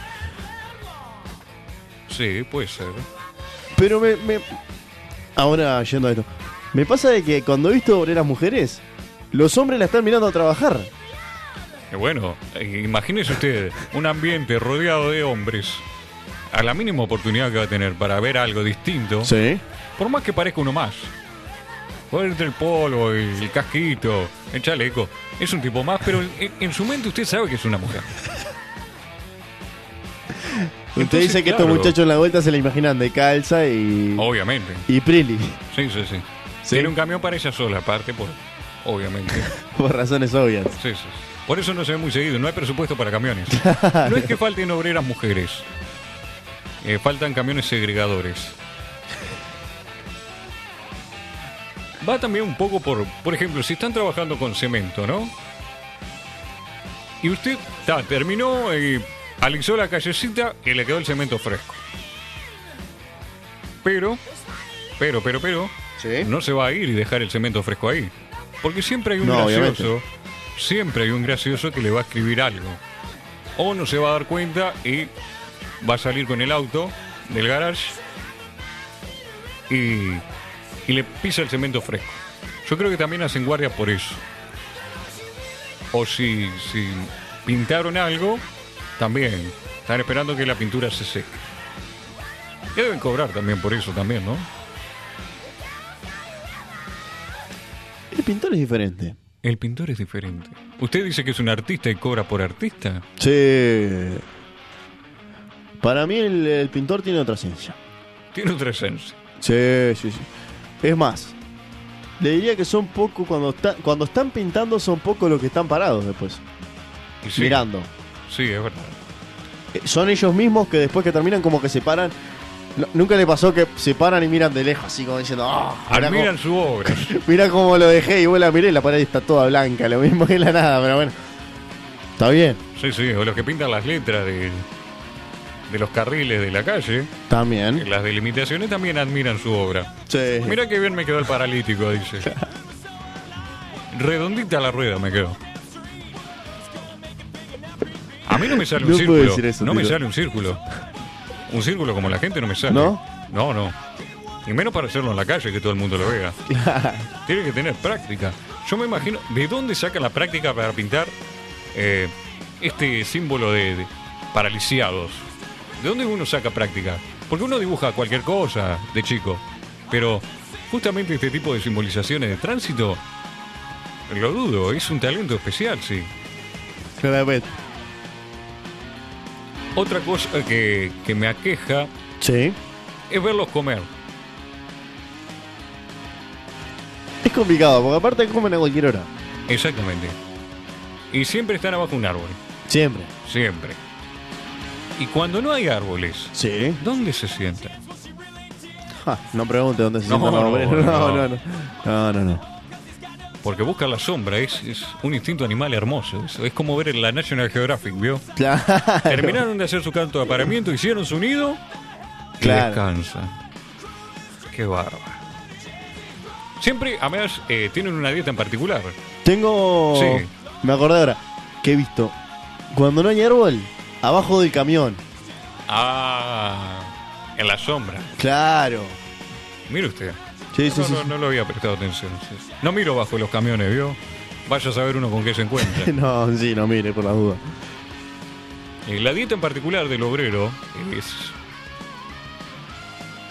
S2: Sí, puede ser.
S3: Pero me, me- Ahora, yendo a esto. Me pasa de que cuando he visto obreras mujeres, los hombres la están mirando a trabajar.
S2: Y bueno, eh, imagínese usted un ambiente rodeado de hombres. A la mínima oportunidad que va a tener para ver algo distinto,
S3: Sí.
S2: Por más que parezca uno más. Por entre el polvo, el, el casquito, el chaleco. Es un tipo más, pero en, en su mente usted sabe que es una mujer.
S3: Usted
S2: Entonces,
S3: dice que
S2: claro.
S3: estos muchachos en la vuelta se la imaginan de calza y.
S2: Obviamente.
S3: y Prilly,
S2: Sí, sí, sí.
S3: Sí.
S2: Tiene un camión para ella sola, aparte, por. Obviamente.
S3: por razones obvias.
S2: Sí, sí. Por eso no se ve muy seguido. No hay presupuesto para camiones. No es que falten obreras mujeres. Eh, faltan camiones segregadores. Va también un poco por, por ejemplo, si están trabajando con cemento, ¿no? Y usted ta, terminó, eh, alisó la callecita y le quedó el cemento fresco. Pero, pero, pero, pero,
S3: Sí.
S2: no se va a ir y dejar el cemento fresco ahí. Porque siempre hay un
S3: No,
S2: gracioso, siempre hay un gracioso que le va a escribir algo. O no se va a dar cuenta y va a salir con el auto del garage y, y le pisa el cemento fresco. Yo creo que también hacen guardia por eso. O si, si pintaron algo, también. Están esperando que la pintura se seque. Y deben cobrar también por eso también, ¿no?
S3: El pintor es diferente.
S2: El pintor es diferente. Usted dice que es un artista y cobra por artista.
S3: Sí. Para mí el, el pintor tiene otra ciencia.
S2: Tiene otra esencia.
S3: Sí, sí, sí. Es más, le diría que son poco cuando, está- cuando están pintando, son pocos los que están parados después,
S2: Y sí,
S3: mirando.
S2: Sí, es verdad.
S3: Eh, Son ellos mismos que después que terminan como que se paran. No, Nunca le pasó que se paran y miran de lejos, así como diciendo, ah, mirá cómo-
S2: Admiran su obra.
S3: Mirá cómo lo dejé y vos la miré, la pared está toda blanca, lo mismo que la nada, pero bueno. Está bien.
S2: Sí, sí, o los que pintan las letras de, de los carriles de la calle.
S3: También.
S2: Las delimitaciones también admiran su obra.
S3: Sí.
S2: Mira qué bien me quedó el paralítico, dice. Redondita la rueda me quedó. A mí no me sale un
S3: No puedo
S2: círculo.
S3: decir eso,
S2: no me
S3: tío.
S2: sale un círculo. Un círculo como la gente no me sale.
S3: ¿No?
S2: No, no. Y menos para hacerlo en la calle que todo el mundo lo vea. Tiene que tener práctica. Yo me imagino, ¿de dónde sacan la práctica para pintar eh, este símbolo de, de paralisiados? ¿De dónde uno saca práctica? Porque uno dibuja cualquier cosa de chico, pero justamente este tipo de simbolizaciones de tránsito, lo dudo, es un talento especial, sí.
S3: Claramente.
S2: Otra cosa que, que me aqueja
S3: Sí.
S2: es verlos comer.
S3: Es es complicado, porque aparte comen a cualquier hora.
S2: Exactamente. Y siempre están abajo de un árbol.
S3: Siempre.
S2: Siempre. Y cuando no hay árboles,
S3: Sí.
S2: ¿dónde se sientan?
S3: Ja, no pregunte dónde se
S2: No,
S3: sientan los
S2: no,
S3: hombres.
S2: no.
S3: no, no. No, no, no.
S2: Porque buscan la sombra, es, es un instinto animal hermoso. Es, es como ver en la National Geographic, ¿vio?
S3: Claro.
S2: Terminaron de hacer su canto de apareamiento, hicieron su nido y
S3: Claro.
S2: descansan. Qué bárbaro. Siempre, además, eh, tienen una dieta en particular.
S3: Tengo.
S2: Sí.
S3: Me acordé ahora. Que he visto. Cuando no hay árbol, abajo del camión.
S2: Ah, en la sombra.
S3: Claro.
S2: Mire usted.
S3: Sí,
S2: no,
S3: sí,
S2: no,
S3: sí.
S2: no, no lo había prestado atención. sí, sí. No miro bajo los camiones, ¿vio? Vaya a saber uno con qué se encuentra.
S3: No, sí, no mire, por la duda.
S2: Eh, La dieta en particular del obrero es.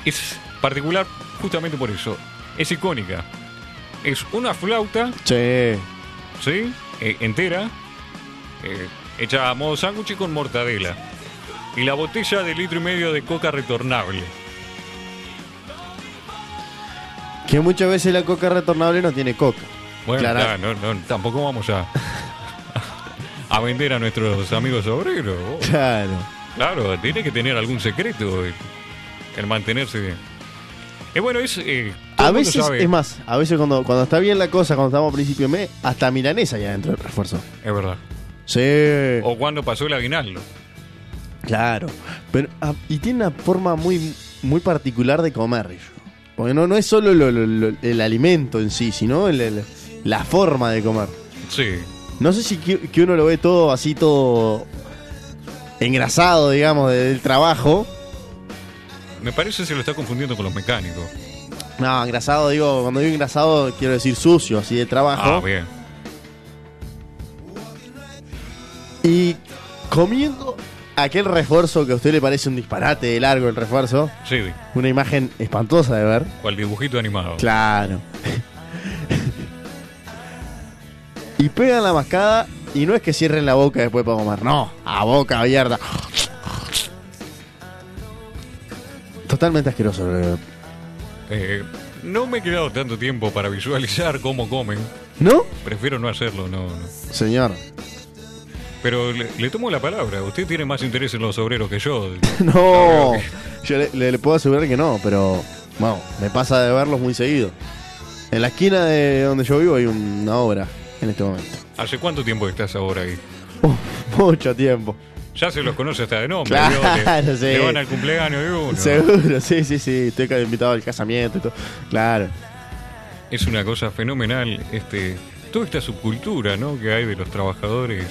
S2: Es particular justamente por eso. Es icónica. Es una flauta,
S3: Che.
S2: ¿sí? Eh, entera, eh, hecha a modo sándwich y con mortadela. Y la botella de litro y medio de coca retornable.
S3: Que muchas veces la coca retornable no tiene coca.
S2: Bueno,
S3: Claro.
S2: ya, no, no, tampoco vamos a. a vender a nuestros amigos obreros. Oh,
S3: Claro.
S2: Claro, tiene que tener algún secreto eh, el mantenerse. Eh, bueno, es. eh, todo
S3: A
S2: el mundo
S3: veces,
S2: sabe-
S3: es más, a veces cuando, cuando está bien la cosa, cuando estamos a principio de mes, hasta milanesa ya dentro del refuerzo.
S2: Es verdad.
S3: Sí.
S2: O cuando pasó el aguinaldo.
S3: Claro. Pero, ah, y tiene una forma muy, muy particular de comer. yo. Porque no, no es solo lo- lo- lo- el alimento en sí, sino el- el- la forma de comer.
S2: Sí.
S3: No sé si que, que uno lo ve todo así, todo engrasado, digamos, de- del trabajo.
S2: Me parece se lo está confundiendo con los mecánicos.
S3: No, engrasado, digo, cuando digo engrasado quiero decir sucio, así de
S2: Ah,
S3: trabajo.
S2: bien.
S3: y comiendo aquel refuerzo que a usted le parece un disparate de largo el refuerzo.
S2: Sí,
S3: Una imagen espantosa de ver.
S2: cual dibujito animado.
S3: Claro. y pegan la mascada y no es que cierren la boca después para comer, no, a boca abierta. Totalmente asqueroso. eh.
S2: Eh, no me he quedado tanto tiempo para visualizar cómo comen.
S3: ¿No?
S2: Prefiero no hacerlo, no. no.
S3: Señor.
S2: Pero le, le tomo la palabra. Usted tiene más interés en los obreros que yo.
S3: No. Yo le, le- le puedo asegurar que no, pero vamos, me pasa de verlos muy seguido. En la esquina de donde yo vivo hay una obra en este momento.
S2: ¿Hace cuánto tiempo que estás ahora ahí?
S3: Uf, mucho tiempo.
S2: Ya se los conoce hasta de nombre.
S3: Claro,
S2: ¿vio? Le-
S3: sí.
S2: le van al cumpleaños de uno.
S3: Seguro, sí, sí, sí. Estoy ca- invitado al casamiento y todo. Claro.
S2: Es una cosa fenomenal, este, toda esta subcultura, ¿no? Que hay de los trabajadores.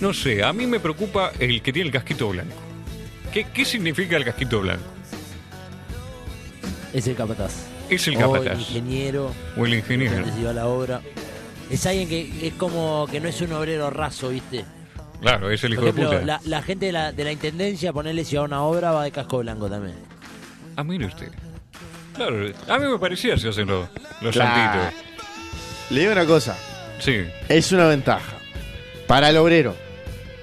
S2: No sé, a mí me preocupa el que tiene el casquito blanco. ¿Qué, qué significa el casquito blanco?
S4: Es el capataz.
S2: Es el
S4: O
S2: capataz.
S4: ingeniero.
S2: O el ingeniero.
S4: que lleva la obra. Es alguien que es como que no es un obrero raso, ¿viste?
S2: Claro, es el hijo
S4: Por ejemplo,
S2: de puta.
S4: la, la gente de la, de la intendencia, ponerle si va a una obra, va de casco blanco también.
S2: Ah, mire usted. Claro, a mí me parecía si hacen los, los
S3: Claro.
S2: santitos.
S3: Le digo una cosa.
S2: Sí.
S3: Es una ventaja. Para el obrero.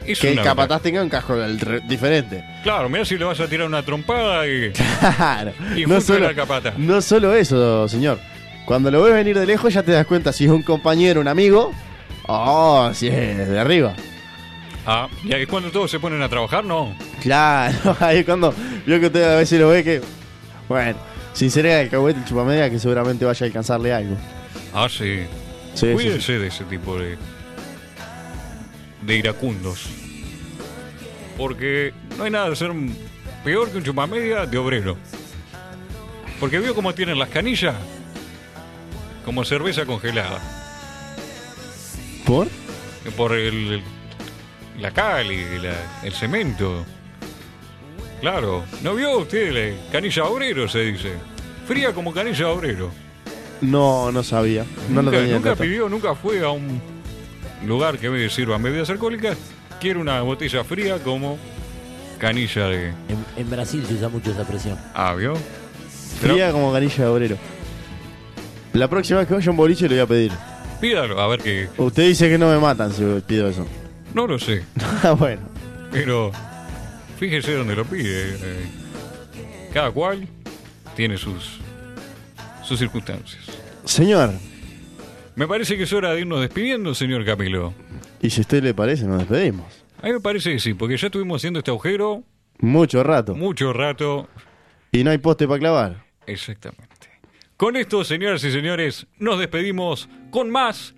S2: es
S3: que el
S2: una
S3: capataz tenga un casco al- re- diferente.
S2: verdad. Claro, mirá si le vas a tirar una trompada y.
S3: Claro.
S2: Y
S3: no,
S2: justo
S3: solo,
S2: era el capataz.
S3: no solo eso, señor. Cuando lo ves venir de lejos ya te das cuenta si es un compañero, un amigo. Oh, si es de arriba.
S2: Ah, y ahí cuando todos se ponen a trabajar, no.
S3: Claro, ahí es cuando yo que usted a veces lo ve que. Bueno, sin ser el cahuete, el chupamedias que seguramente vaya a alcanzarle algo.
S2: Ah, sí.
S3: Sí, sí,
S2: Cuídense
S3: sí.
S2: de ese tipo de, de iracundos. Porque no hay nada de ser un- peor que un chupamedia de obrero. Porque veo cómo tienen las canillas como cerveza congelada.
S3: ¿Por?
S2: Por el, la cal y la- el cemento. Claro, ¿no vio usted la canilla obrero? Se dice. Fría como canilla obrero.
S3: No, no sabía. No lo
S2: nunca,
S3: tenía en
S2: nunca
S3: cuenta.
S2: pidió, nunca fue a un lugar que me sirvan bebidas alcohólicas. Quiero una botella fría como canilla de
S4: En, en Brasil se usa mucho esa expresión.
S2: avio.
S3: Fría como canilla de obrero. La próxima vez que vaya a un boliche le voy a pedir.
S2: Pídalo, a ver que.
S3: Usted dice que no me matan si pido eso.
S2: No lo sé,
S3: Ah, bueno.
S2: pero fíjese dónde lo pide. eh. Cada cual tiene sus sus circunstancias.
S3: Señor,
S2: Me parece que es hora de irnos despidiendo, señor Camilo.
S3: y si a usted le parece, nos despedimos.
S2: A mí me parece que sí, porque ya estuvimos haciendo este agujero
S3: Mucho rato.
S2: mucho rato.
S3: Y no hay poste para clavar.
S2: Exactamente. Con esto, señoras y señores, nos despedimos con más.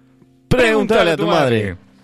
S3: Preguntale a tu madre.